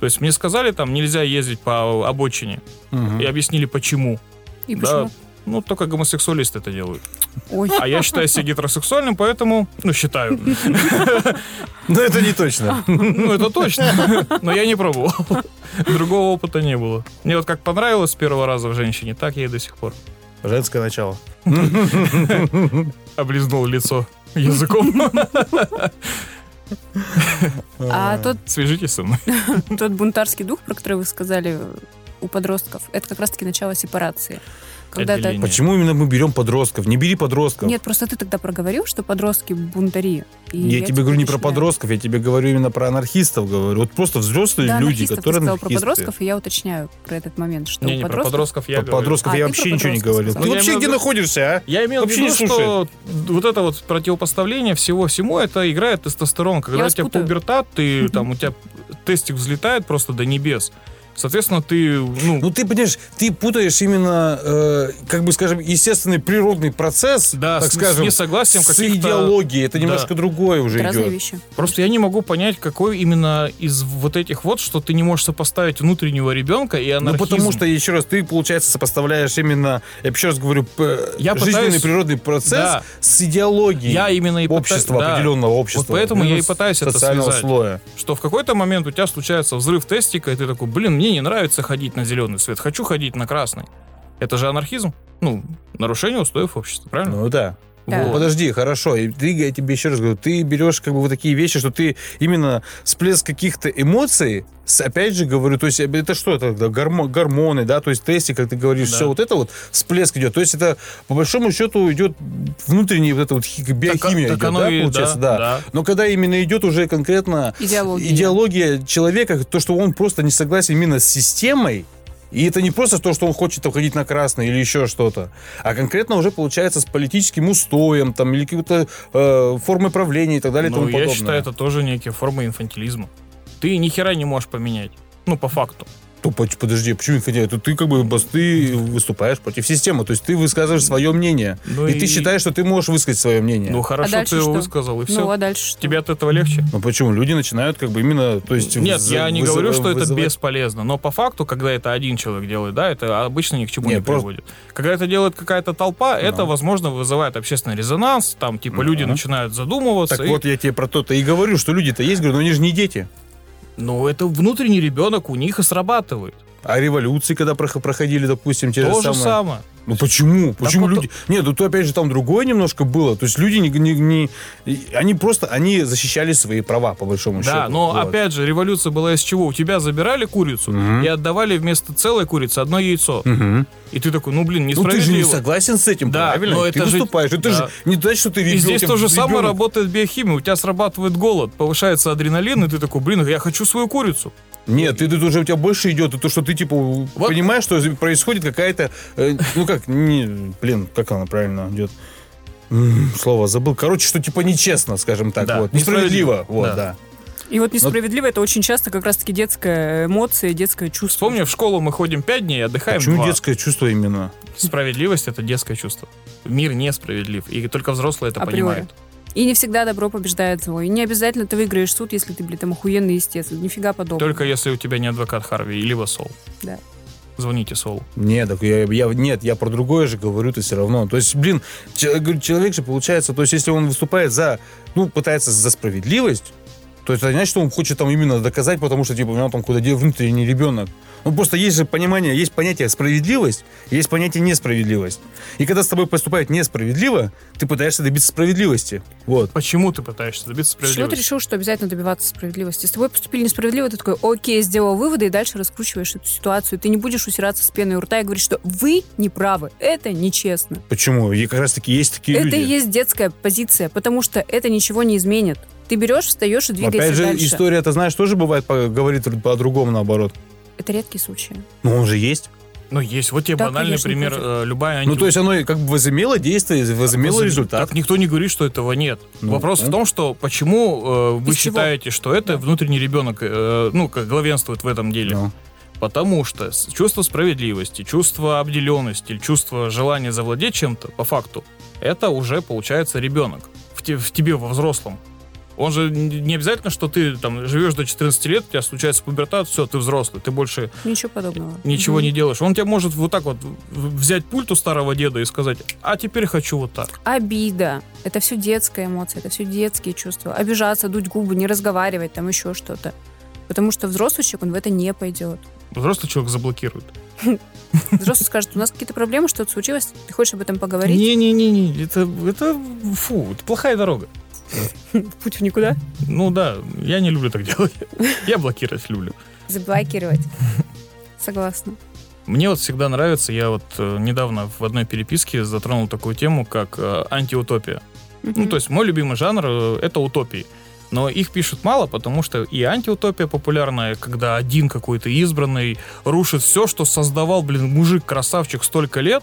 Speaker 1: То есть мне сказали, там, нельзя ездить по обочине.
Speaker 3: Мгм.
Speaker 1: И объяснили, почему.
Speaker 2: И
Speaker 1: Да.
Speaker 2: почему?
Speaker 1: Ну, только гомосексуалисты это делают.
Speaker 2: Ой,
Speaker 3: Э.
Speaker 1: А я считаю себя гетеросексуальным, поэтому, ну, считаю.
Speaker 3: Но это не точно.
Speaker 1: Ну, это точно. Но я не пробовал. Другого опыта не было. Мне вот как понравилось с первого раза в женщине, так я и до сих пор.
Speaker 2: А.
Speaker 3: Женское начало.
Speaker 1: Облизнул лицо языком.
Speaker 2: а тот,
Speaker 1: Свяжитесь со мной.
Speaker 2: тот бунтарский дух, про который вы сказали э, у подростков, это как раз-таки начало сепарации. Когда ты...
Speaker 1: Отделение.
Speaker 3: Почему именно мы берем подростков? Не бери подростков.
Speaker 2: Нет, просто ты тогда проговорил, что подростки бунтари. И
Speaker 3: Я, тебе говорю не про
Speaker 2: начинаю-
Speaker 3: подростков, я тебе говорю именно про анархистов говорю. Вот просто взрослые
Speaker 2: Да,
Speaker 3: люди,
Speaker 2: анархистов ты
Speaker 3: которые
Speaker 2: сказал про
Speaker 3: анархисты.
Speaker 2: подростков, и я уточняю про этот момент, что
Speaker 1: Не,
Speaker 2: у
Speaker 1: не, про
Speaker 2: подростков...
Speaker 1: подростков я
Speaker 3: Про
Speaker 1: говорю.
Speaker 3: подростков
Speaker 2: А,
Speaker 3: я
Speaker 2: ты
Speaker 3: вообще
Speaker 2: про
Speaker 3: ничего не
Speaker 2: подростков
Speaker 3: говорил.
Speaker 2: сказал.
Speaker 3: Ты
Speaker 1: Ну, я
Speaker 3: вообще
Speaker 1: имел
Speaker 3: где
Speaker 1: в виду-
Speaker 3: находишься, а?
Speaker 1: Я имел в
Speaker 3: Вообще
Speaker 1: виду,
Speaker 3: не слушает.
Speaker 1: что вот это вот противопоставление всего всему, это играет тестостерон. Когда
Speaker 2: Я
Speaker 1: у тебя
Speaker 2: вас путаю.
Speaker 1: пубертат, ты там у тебя тестик взлетает просто до небес. Соответственно, ты, ну,
Speaker 3: Ну ты понимаешь, ты путаешь именно, э, как бы скажем, естественный природный процесс,
Speaker 1: да,
Speaker 3: так
Speaker 1: с,
Speaker 3: скажем,
Speaker 1: с несогласием
Speaker 3: с
Speaker 1: каких-то-
Speaker 3: идеологией. Это
Speaker 1: Да.
Speaker 3: немножко другое уже
Speaker 2: Это разные
Speaker 3: идет.
Speaker 2: вещи.
Speaker 1: Просто я не могу понять, какой именно из вот этих вот, что ты не можешь сопоставить внутреннего ребенка и
Speaker 3: Ну
Speaker 1: анархизм.
Speaker 3: потому что, еще раз, ты, получается, сопоставляешь именно, я еще раз говорю, п-
Speaker 1: Я
Speaker 3: жизненный
Speaker 1: пытаюсь-
Speaker 3: природный процесс
Speaker 1: Да.
Speaker 3: с идеологией
Speaker 1: я именно и пыта-
Speaker 3: общества,
Speaker 1: да.
Speaker 3: определенного общества.
Speaker 1: Вот поэтому я и
Speaker 3: определенного
Speaker 1: пытаюсь это
Speaker 3: социального
Speaker 1: связать.
Speaker 3: слоя.
Speaker 1: что в какой-то момент у тебя случается взрыв тестика, и ты такой, блин, мне не нравится ходить на зеленый свет, хочу ходить на красный. Это же анархизм, ну, нарушение устоев общества, правильно?
Speaker 3: Ну да.
Speaker 2: Да.
Speaker 3: Ну,
Speaker 1: Вот.
Speaker 3: Подожди, хорошо. И ты, я тебе еще раз говорю, ты берешь как бы вот такие вещи, что ты именно всплеск каких-то эмоций, с- опять же говорю, то есть э, это что это да, гормо- гормоны, да, то есть тесты, как ты говоришь,
Speaker 1: Да.
Speaker 3: все вот это вот всплеск идет. То есть это по большому счету идет внутренняя вот эта вот хи- биохимия
Speaker 1: так
Speaker 3: идет,
Speaker 1: оно
Speaker 3: да,
Speaker 1: и-
Speaker 3: получается,
Speaker 1: да,
Speaker 3: да,
Speaker 1: да.
Speaker 3: Но когда именно идет уже конкретно
Speaker 2: Идеология.
Speaker 3: идеология человека, то что он просто не согласен именно с системой. И это не просто то, что он хочет там ходить на красный или еще что-то, а конкретно уже получается с политическим устоем там или какой-то э, формой правления и так далее и
Speaker 1: Ну,
Speaker 3: тому
Speaker 1: я
Speaker 3: подобное.
Speaker 1: считаю, это тоже некие формы инфантилизма. Ты ни хера не можешь поменять. Ну, по факту.
Speaker 3: То поч- типа, подожди, почему инфантилизм? Это ты как бы бас- ты выступаешь против системы, то есть ты высказываешь свое мнение,
Speaker 1: Ну
Speaker 3: и,
Speaker 1: и-
Speaker 3: ты считаешь, что ты можешь высказать свое мнение.
Speaker 1: Ну,
Speaker 3: Ну,
Speaker 1: хорошо,
Speaker 2: А дальше
Speaker 1: ты его
Speaker 2: что?
Speaker 1: высказал, и все.
Speaker 2: Ну, а дальше что?
Speaker 1: Тебе от этого легче?
Speaker 3: почему? Люди начинают как бы именно, то есть...
Speaker 1: Нет,
Speaker 3: вз-
Speaker 1: я не
Speaker 3: вызыва-
Speaker 1: говорю, что это
Speaker 3: вызывать-
Speaker 1: бесполезно, но по факту, когда это один человек делает, да, это обычно ни к чему
Speaker 3: Не,
Speaker 1: не,
Speaker 3: просто- Ну.
Speaker 1: приводит. Когда это делает какая-то толпа, это, возможно, вызывает общественный резонанс, там, типа, люди начинают задумываться.
Speaker 3: Так
Speaker 1: и-
Speaker 3: вот, я тебе про то-то и говорю, что люди-то есть, говорю, но они же не дети.
Speaker 1: Но Ну, это внутренний ребенок у них и срабатывает.
Speaker 3: А революции, когда прох- проходили, допустим, те
Speaker 1: То
Speaker 3: же
Speaker 1: же
Speaker 3: самые.
Speaker 1: самое.
Speaker 3: Ну почему? Почему
Speaker 1: вот
Speaker 3: люди... Нет, ну то опять же там другое немножко было. То есть люди не... не- не- и- Они просто, они защищали свои права, по большому счету.
Speaker 1: Да, но
Speaker 3: Вот.
Speaker 1: опять же, революция была из чего? У тебя забирали курицу и отдавали вместо целой курицы одно яйцо.
Speaker 3: Мгм.
Speaker 1: И ты такой, ну блин,
Speaker 3: Ну ты
Speaker 1: несправедливо.
Speaker 3: же не согласен с этим,
Speaker 1: Да,
Speaker 3: правильно?
Speaker 1: но
Speaker 3: ты
Speaker 1: это же-
Speaker 3: выступаешь. Это
Speaker 1: да.
Speaker 3: же не то, что ты
Speaker 1: И
Speaker 3: ребенок.
Speaker 1: здесь то же самое
Speaker 3: ребенок.
Speaker 1: работает биохимия. У тебя срабатывает голод, повышается адреналин, и ты такой, блин, я хочу свою курицу.
Speaker 3: Нет, ты, тут уже у тебя больше идет, и то, что ты типа понимаешь, что происходит какая-то, э, ну как, не, блин, как она правильно идет. М, Слово забыл. Короче, что типа нечестно, скажем так,
Speaker 1: Да,
Speaker 3: вот. Несправедливо.
Speaker 1: несправедливо.
Speaker 3: Вот,
Speaker 1: Да.
Speaker 3: да.
Speaker 2: И вот несправедливо это очень часто как раз-таки детская эмоция, детское чувство.
Speaker 1: Вспомни, в школу мы ходим 5 дней, отдыхаем
Speaker 3: Почему
Speaker 1: два.
Speaker 3: детское чувство именно?
Speaker 1: Справедливость — это детское чувство. Мир несправедлив, и только взрослые это
Speaker 2: Априори.
Speaker 1: понимают.
Speaker 2: И не всегда добро побеждает зло. И не обязательно ты выиграешь суд, если ты, блин, там охуенный истец. Нифига подобного.
Speaker 1: Только если у тебя не адвокат Харви, либо Сол.
Speaker 2: Да.
Speaker 1: Звоните Солу.
Speaker 3: Нет, так я, я- нет, я про другое же говорю, то все равно. То есть, блин, че- говорю, человек же получается, то есть, если он выступает за, ну, пытается за справедливость, то это не значит, что он хочет там именно доказать, потому что, типа, у него там куда то внутренний ребенок. Ну, просто есть же понимание, есть понятие справедливость, есть понятие несправедливость. И когда с тобой поступают несправедливо, ты пытаешься добиться справедливости. Вот.
Speaker 1: Почему ты пытаешься добиться
Speaker 2: Почему ты
Speaker 1: справедливости?
Speaker 2: решил, что обязательно добиваться справедливости? С тобой поступили несправедливо, ты такой, окей, сделал выводы и дальше раскручиваешь эту ситуацию. Ты не будешь усираться с пеной у рта и говорить, что вы не правы, это нечестно.
Speaker 3: Почему? И как раз таки есть такие
Speaker 2: это
Speaker 3: люди.
Speaker 2: и есть детская позиция, потому что это ничего не изменит. Ты берешь, встаешь и двигаешься
Speaker 3: Опять же,
Speaker 2: дальше.
Speaker 3: история-то, знаешь, тоже бывает, по- говорит по-другому наоборот.
Speaker 2: Это редкие случаи.
Speaker 3: Но он же есть.
Speaker 1: Ну, есть. Вот тебе
Speaker 2: Да,
Speaker 1: банальный
Speaker 2: конечно,
Speaker 1: пример.
Speaker 2: против.
Speaker 1: э, любая
Speaker 3: Ну,
Speaker 1: анти-
Speaker 3: то есть оно как бы возымело действие, возымело
Speaker 1: Возм-
Speaker 3: результат.
Speaker 1: Так никто не говорит, что этого нет.
Speaker 3: Ну,
Speaker 1: Вопрос
Speaker 3: да.
Speaker 1: в том, что почему э, вы
Speaker 2: Из чего?
Speaker 1: считаете, что это внутренний ребенок, э, ну, как главенствует в этом деле?
Speaker 3: Ну.
Speaker 1: Потому что с- чувство справедливости, чувство обделенности, чувство желания завладеть чем-то, по факту, это уже получается ребенок в, те- в тебе во взрослом. Он же не не обязательно, что ты там живешь до 14 лет, у тебя случается пубертат, все, ты взрослый, ты больше
Speaker 2: Ничего подобного.
Speaker 1: ничего не делаешь. Он тебя может вот так вот в- взять пульт у старого деда и сказать, а теперь хочу вот так.
Speaker 2: Обида. Это все детская эмоция, это все детские чувства. Обижаться, дуть губы, не разговаривать, там еще что-то. Потому что взрослый человек, он в это не пойдет.
Speaker 1: Взрослый человек заблокирует.
Speaker 2: Взрослый скажет, у нас какие-то проблемы, что-то случилось, ты хочешь об этом поговорить?
Speaker 1: Не-не-не-не, это, это, фу, это плохая дорога.
Speaker 2: Путь в никуда.
Speaker 1: Ну да, я не люблю так делать. Я блокировать люблю.
Speaker 2: Заблокировать. Согласна.
Speaker 1: Мне вот всегда нравится, я вот э, недавно в одной переписке затронул такую тему, как э, антиутопия. Ну,
Speaker 2: Мгм.
Speaker 1: то есть мой любимый жанр э, это утопии. Но их пишут мало, потому что и антиутопия популярная, когда один какой-то избранный рушит все, что создавал, блин, мужик-красавчик столько лет,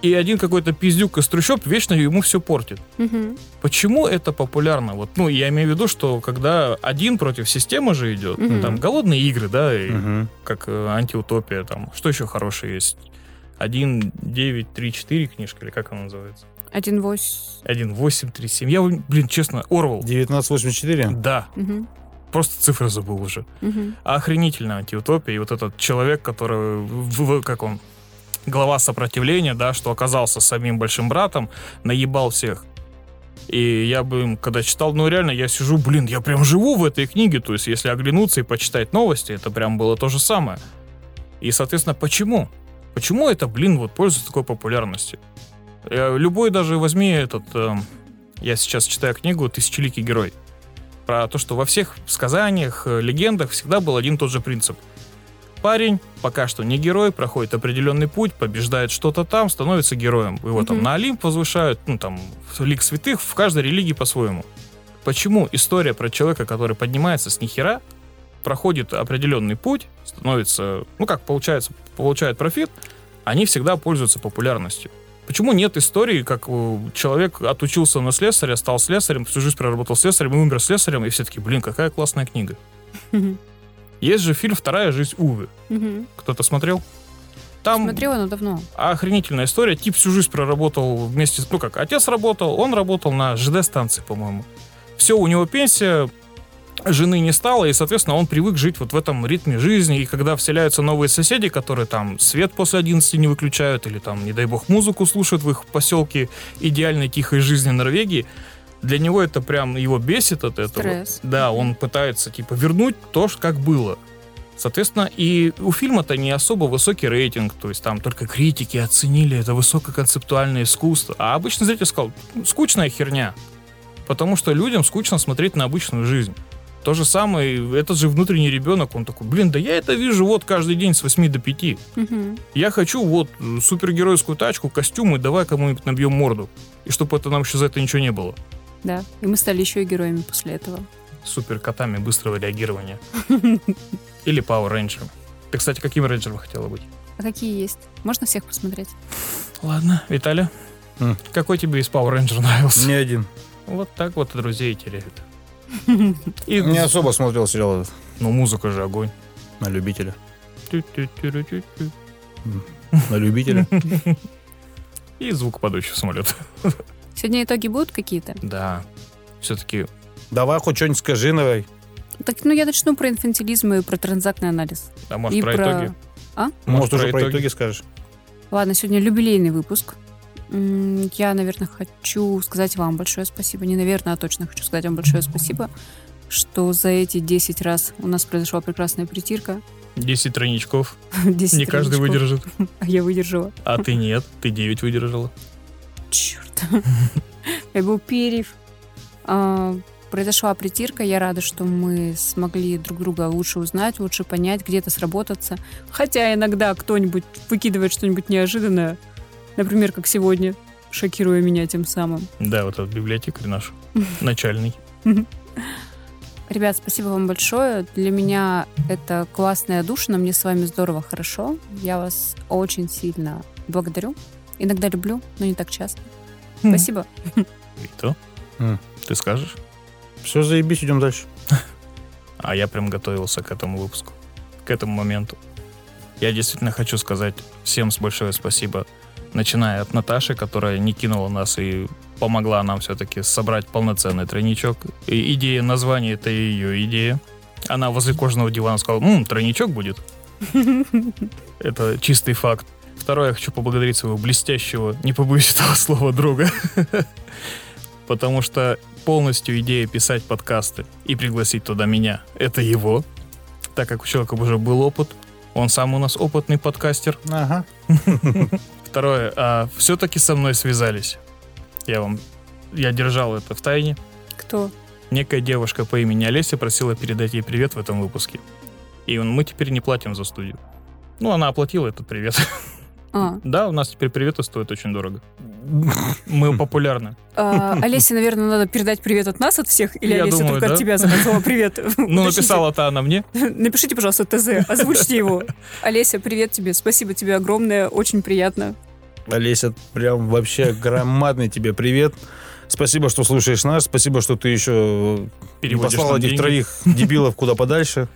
Speaker 1: и один какой-то пиздюк из трущоб вечно ему все портит.
Speaker 2: Мгм.
Speaker 1: Почему это популярно? Вот, ну, я имею в виду, что когда один против системы же идет,
Speaker 2: Мгм.
Speaker 1: там голодные игры, да, и
Speaker 3: Мгм.
Speaker 1: как э, антиутопия там. Что еще хорошее есть? 1, 9, 3, 4 книжка, или как она называется?
Speaker 2: Один вось.
Speaker 1: 1, 8, 3, 7. Я, блин, честно, Орвел.
Speaker 3: 1984.
Speaker 1: Да,
Speaker 2: Мгм.
Speaker 1: просто цифры забыл уже.
Speaker 2: Мгм.
Speaker 1: Охренительная антиутопия. И вот этот человек, который, в- в- как он, глава сопротивления, да, что оказался самим большим братом, наебал всех. И я бы им, когда читал, ну реально, я сижу, блин, я прям живу в этой книге. То есть, если оглянуться и почитать новости, это прям было то же самое. И, соответственно, почему? Почему это, блин, вот пользуется такой популярностью? Э, Любой даже возьми этот... эм, я сейчас читаю книгу «Тысячеликий герой». Про то, что во всех сказаниях, э, легендах всегда был один и тот же принцип. Парень, пока что не герой, проходит определенный путь, побеждает что-то там, становится героем. Его там
Speaker 2: Мгм.
Speaker 1: на Олимп возвышают, ну там, в лик святых, в каждой религии по-своему. Почему история про человека, который поднимается с нихера, проходит определенный путь, становится, ну как получается, получает профит, они всегда пользуются популярностью. Почему нет истории, как э, человек отучился на слесаря, стал слесарем, всю жизнь проработал слесарем и умер слесарем, и все таки блин, какая классная книга.
Speaker 2: Мгм.
Speaker 1: Есть же фильм «Вторая жизнь Увы».
Speaker 2: Мгм.
Speaker 1: Кто-то смотрел? Там
Speaker 2: Смотрела, но давно.
Speaker 1: охренительная история. Тип всю жизнь проработал вместе с... Ну как, отец работал, он работал на ЖД-станции, по-моему. Все, у него пенсия, жены не стало, и, соответственно, он привык жить вот в этом ритме жизни. И когда вселяются новые соседи, которые там свет после 11 не выключают, или там, не дай бог, музыку слушают в их поселке идеальной тихой жизни Норвегии, для него это прям его бесит от этого.
Speaker 2: Стресс.
Speaker 1: Да, он пытается, типа, вернуть то, ж как было. Соответственно, и у фильма-то не особо высокий рейтинг, то есть там только критики оценили это высококонцептуальное искусство. А обычный зритель сказал, «Ну, скучная херня, потому что людям скучно смотреть на обычную жизнь. То же самое, и этот же внутренний ребенок, он такой, блин, да я это вижу вот каждый день с 8 до 5.
Speaker 2: Мгм.
Speaker 1: Я хочу вот э, супергеройскую тачку, костюмы, давай кому-нибудь набьем морду. И чтобы это нам еще за это ничего не было.
Speaker 2: Да. И мы стали еще и героями после этого.
Speaker 1: Супер котами быстрого реагирования. Или Power Ranger. Ты, кстати, каким рейнджером хотела быть?
Speaker 2: А какие есть? Можно всех посмотреть?
Speaker 1: Ладно, Виталя,
Speaker 3: М.
Speaker 1: какой тебе из Power Ranger нравился?
Speaker 3: Ни один.
Speaker 1: Вот так вот друзей теряют. И,
Speaker 3: Не особо смотрел сериал этот.
Speaker 1: ну, музыка же огонь.
Speaker 3: На любителя.
Speaker 1: Тю-тю-тю-рю-тю-тю.
Speaker 3: На любителя.
Speaker 1: И звук падающего самолета.
Speaker 2: Сегодня итоги будут какие-то?
Speaker 1: Да. Все-таки
Speaker 3: Давай хоть что-нибудь скажи, давай.
Speaker 2: Так, ну я начну про инфантилизм и про транзактный анализ.
Speaker 1: А может,
Speaker 2: и
Speaker 1: про, итоги?
Speaker 3: Может,
Speaker 1: Может,
Speaker 3: уже
Speaker 1: про
Speaker 3: про
Speaker 1: итоги?
Speaker 3: итоги скажешь.
Speaker 2: Ладно, сегодня юбилейный выпуск. М, Я, наверное, хочу сказать вам большое спасибо. Не, наверное, а точно хочу сказать вам большое спасибо, что за эти 10 раз у нас произошла прекрасная притирка.
Speaker 1: 10 тройничков.
Speaker 2: 10
Speaker 1: Не каждый
Speaker 2: страничков.
Speaker 1: выдержит.
Speaker 2: А Я выдержала.
Speaker 1: А ты нет. Ты 9 выдержала.
Speaker 2: Черт. Я был перьев. А, Произошла притирка. Я рада, что мы смогли друг друга лучше узнать, лучше понять, где-то сработаться. Хотя иногда кто-нибудь выкидывает что-нибудь неожиданное. Например, как сегодня, шокируя меня тем самым.
Speaker 1: Да, вот этот библиотекарь наш. Начальный.
Speaker 2: Ребят, спасибо вам большое. Для меня это классная душа, но мне с вами здорово, хорошо. Я вас очень сильно благодарю. Иногда люблю, но не так часто.
Speaker 1: Хм.
Speaker 2: Спасибо.
Speaker 1: И то.
Speaker 3: М.
Speaker 1: Ты скажешь?
Speaker 3: Все, заебись, идем дальше.
Speaker 1: А я прям готовился к этому выпуску, к этому моменту. Я действительно хочу сказать всем большое спасибо, начиная от Наташи, которая не кинула нас и помогла нам все-таки собрать полноценный тройничок. И идея названия — это ее идея. Она возле кожаного дивана сказала, «Ммм, тройничок будет». Это чистый факт. Второе, я хочу поблагодарить своего блестящего, не побоюсь этого слова, друга. Потому что полностью идея писать подкасты и пригласить туда меня — это его. Так как у человека уже был опыт, он сам у нас опытный подкастер.
Speaker 3: Ага.
Speaker 1: Второе, а, все-таки со мной связались. Я вам, я держал это в тайне.
Speaker 2: Кто?
Speaker 1: Некая девушка по имени Олеся просила передать ей привет в этом выпуске. И он- мы теперь не платим за студию. Ну, она оплатила этот привет.
Speaker 2: А,
Speaker 1: Да, у нас теперь приветы стоят очень дорого. Мы популярны.
Speaker 2: а, Олесе, наверное, надо передать привет от нас, от всех, или
Speaker 1: Я
Speaker 2: Олеся
Speaker 1: думаю,
Speaker 2: только
Speaker 1: да.
Speaker 2: от тебя захотела привет.
Speaker 1: Ну,
Speaker 2: Уточните.
Speaker 1: написала-то она мне.
Speaker 2: Напишите, пожалуйста, ТЗ, озвучьте его. Олеся, привет тебе, спасибо тебе огромное, очень приятно.
Speaker 3: Олеся, прям вообще громадный тебе привет. Спасибо, что слушаешь нас. Спасибо, что ты еще
Speaker 1: Переводишь
Speaker 3: послал
Speaker 1: нам
Speaker 3: этих
Speaker 1: деньги.
Speaker 3: троих дебилов куда подальше.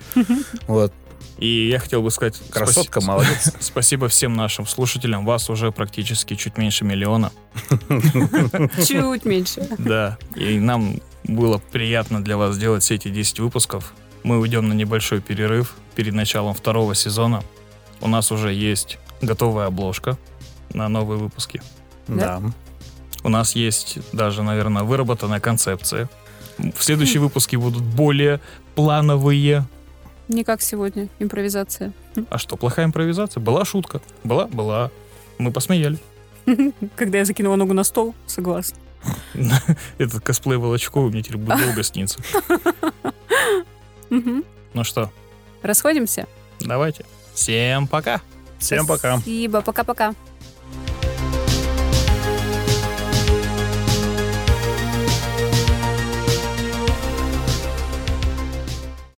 Speaker 3: Вот.
Speaker 1: И я хотел бы сказать... спаси-
Speaker 3: Красотка, молодец.
Speaker 1: Спасибо всем нашим слушателям. Вас уже практически чуть меньше миллиона.
Speaker 2: Чуть меньше.
Speaker 1: Да. И нам было приятно для вас сделать все эти 10 выпусков. Мы уйдем на небольшой перерыв перед началом второго сезона. У нас уже есть готовая обложка на новые выпуски.
Speaker 2: Да.
Speaker 3: Да.
Speaker 1: У нас есть даже, наверное, выработанная концепция. В следующие выпуски будут более плановые.
Speaker 2: Не как сегодня, импровизация.
Speaker 1: А что, плохая импровизация? Была шутка. Была? Была. Мы посмеяли.
Speaker 2: Когда я закинула ногу на стол, согласна.
Speaker 1: Этот косплей Волочкова мне теперь будет долго снится.
Speaker 2: Мгм.
Speaker 1: Ну что,
Speaker 2: Расходимся?
Speaker 1: давайте. Всем пока.
Speaker 3: Всем пока.
Speaker 2: Спасибо, пока-пока.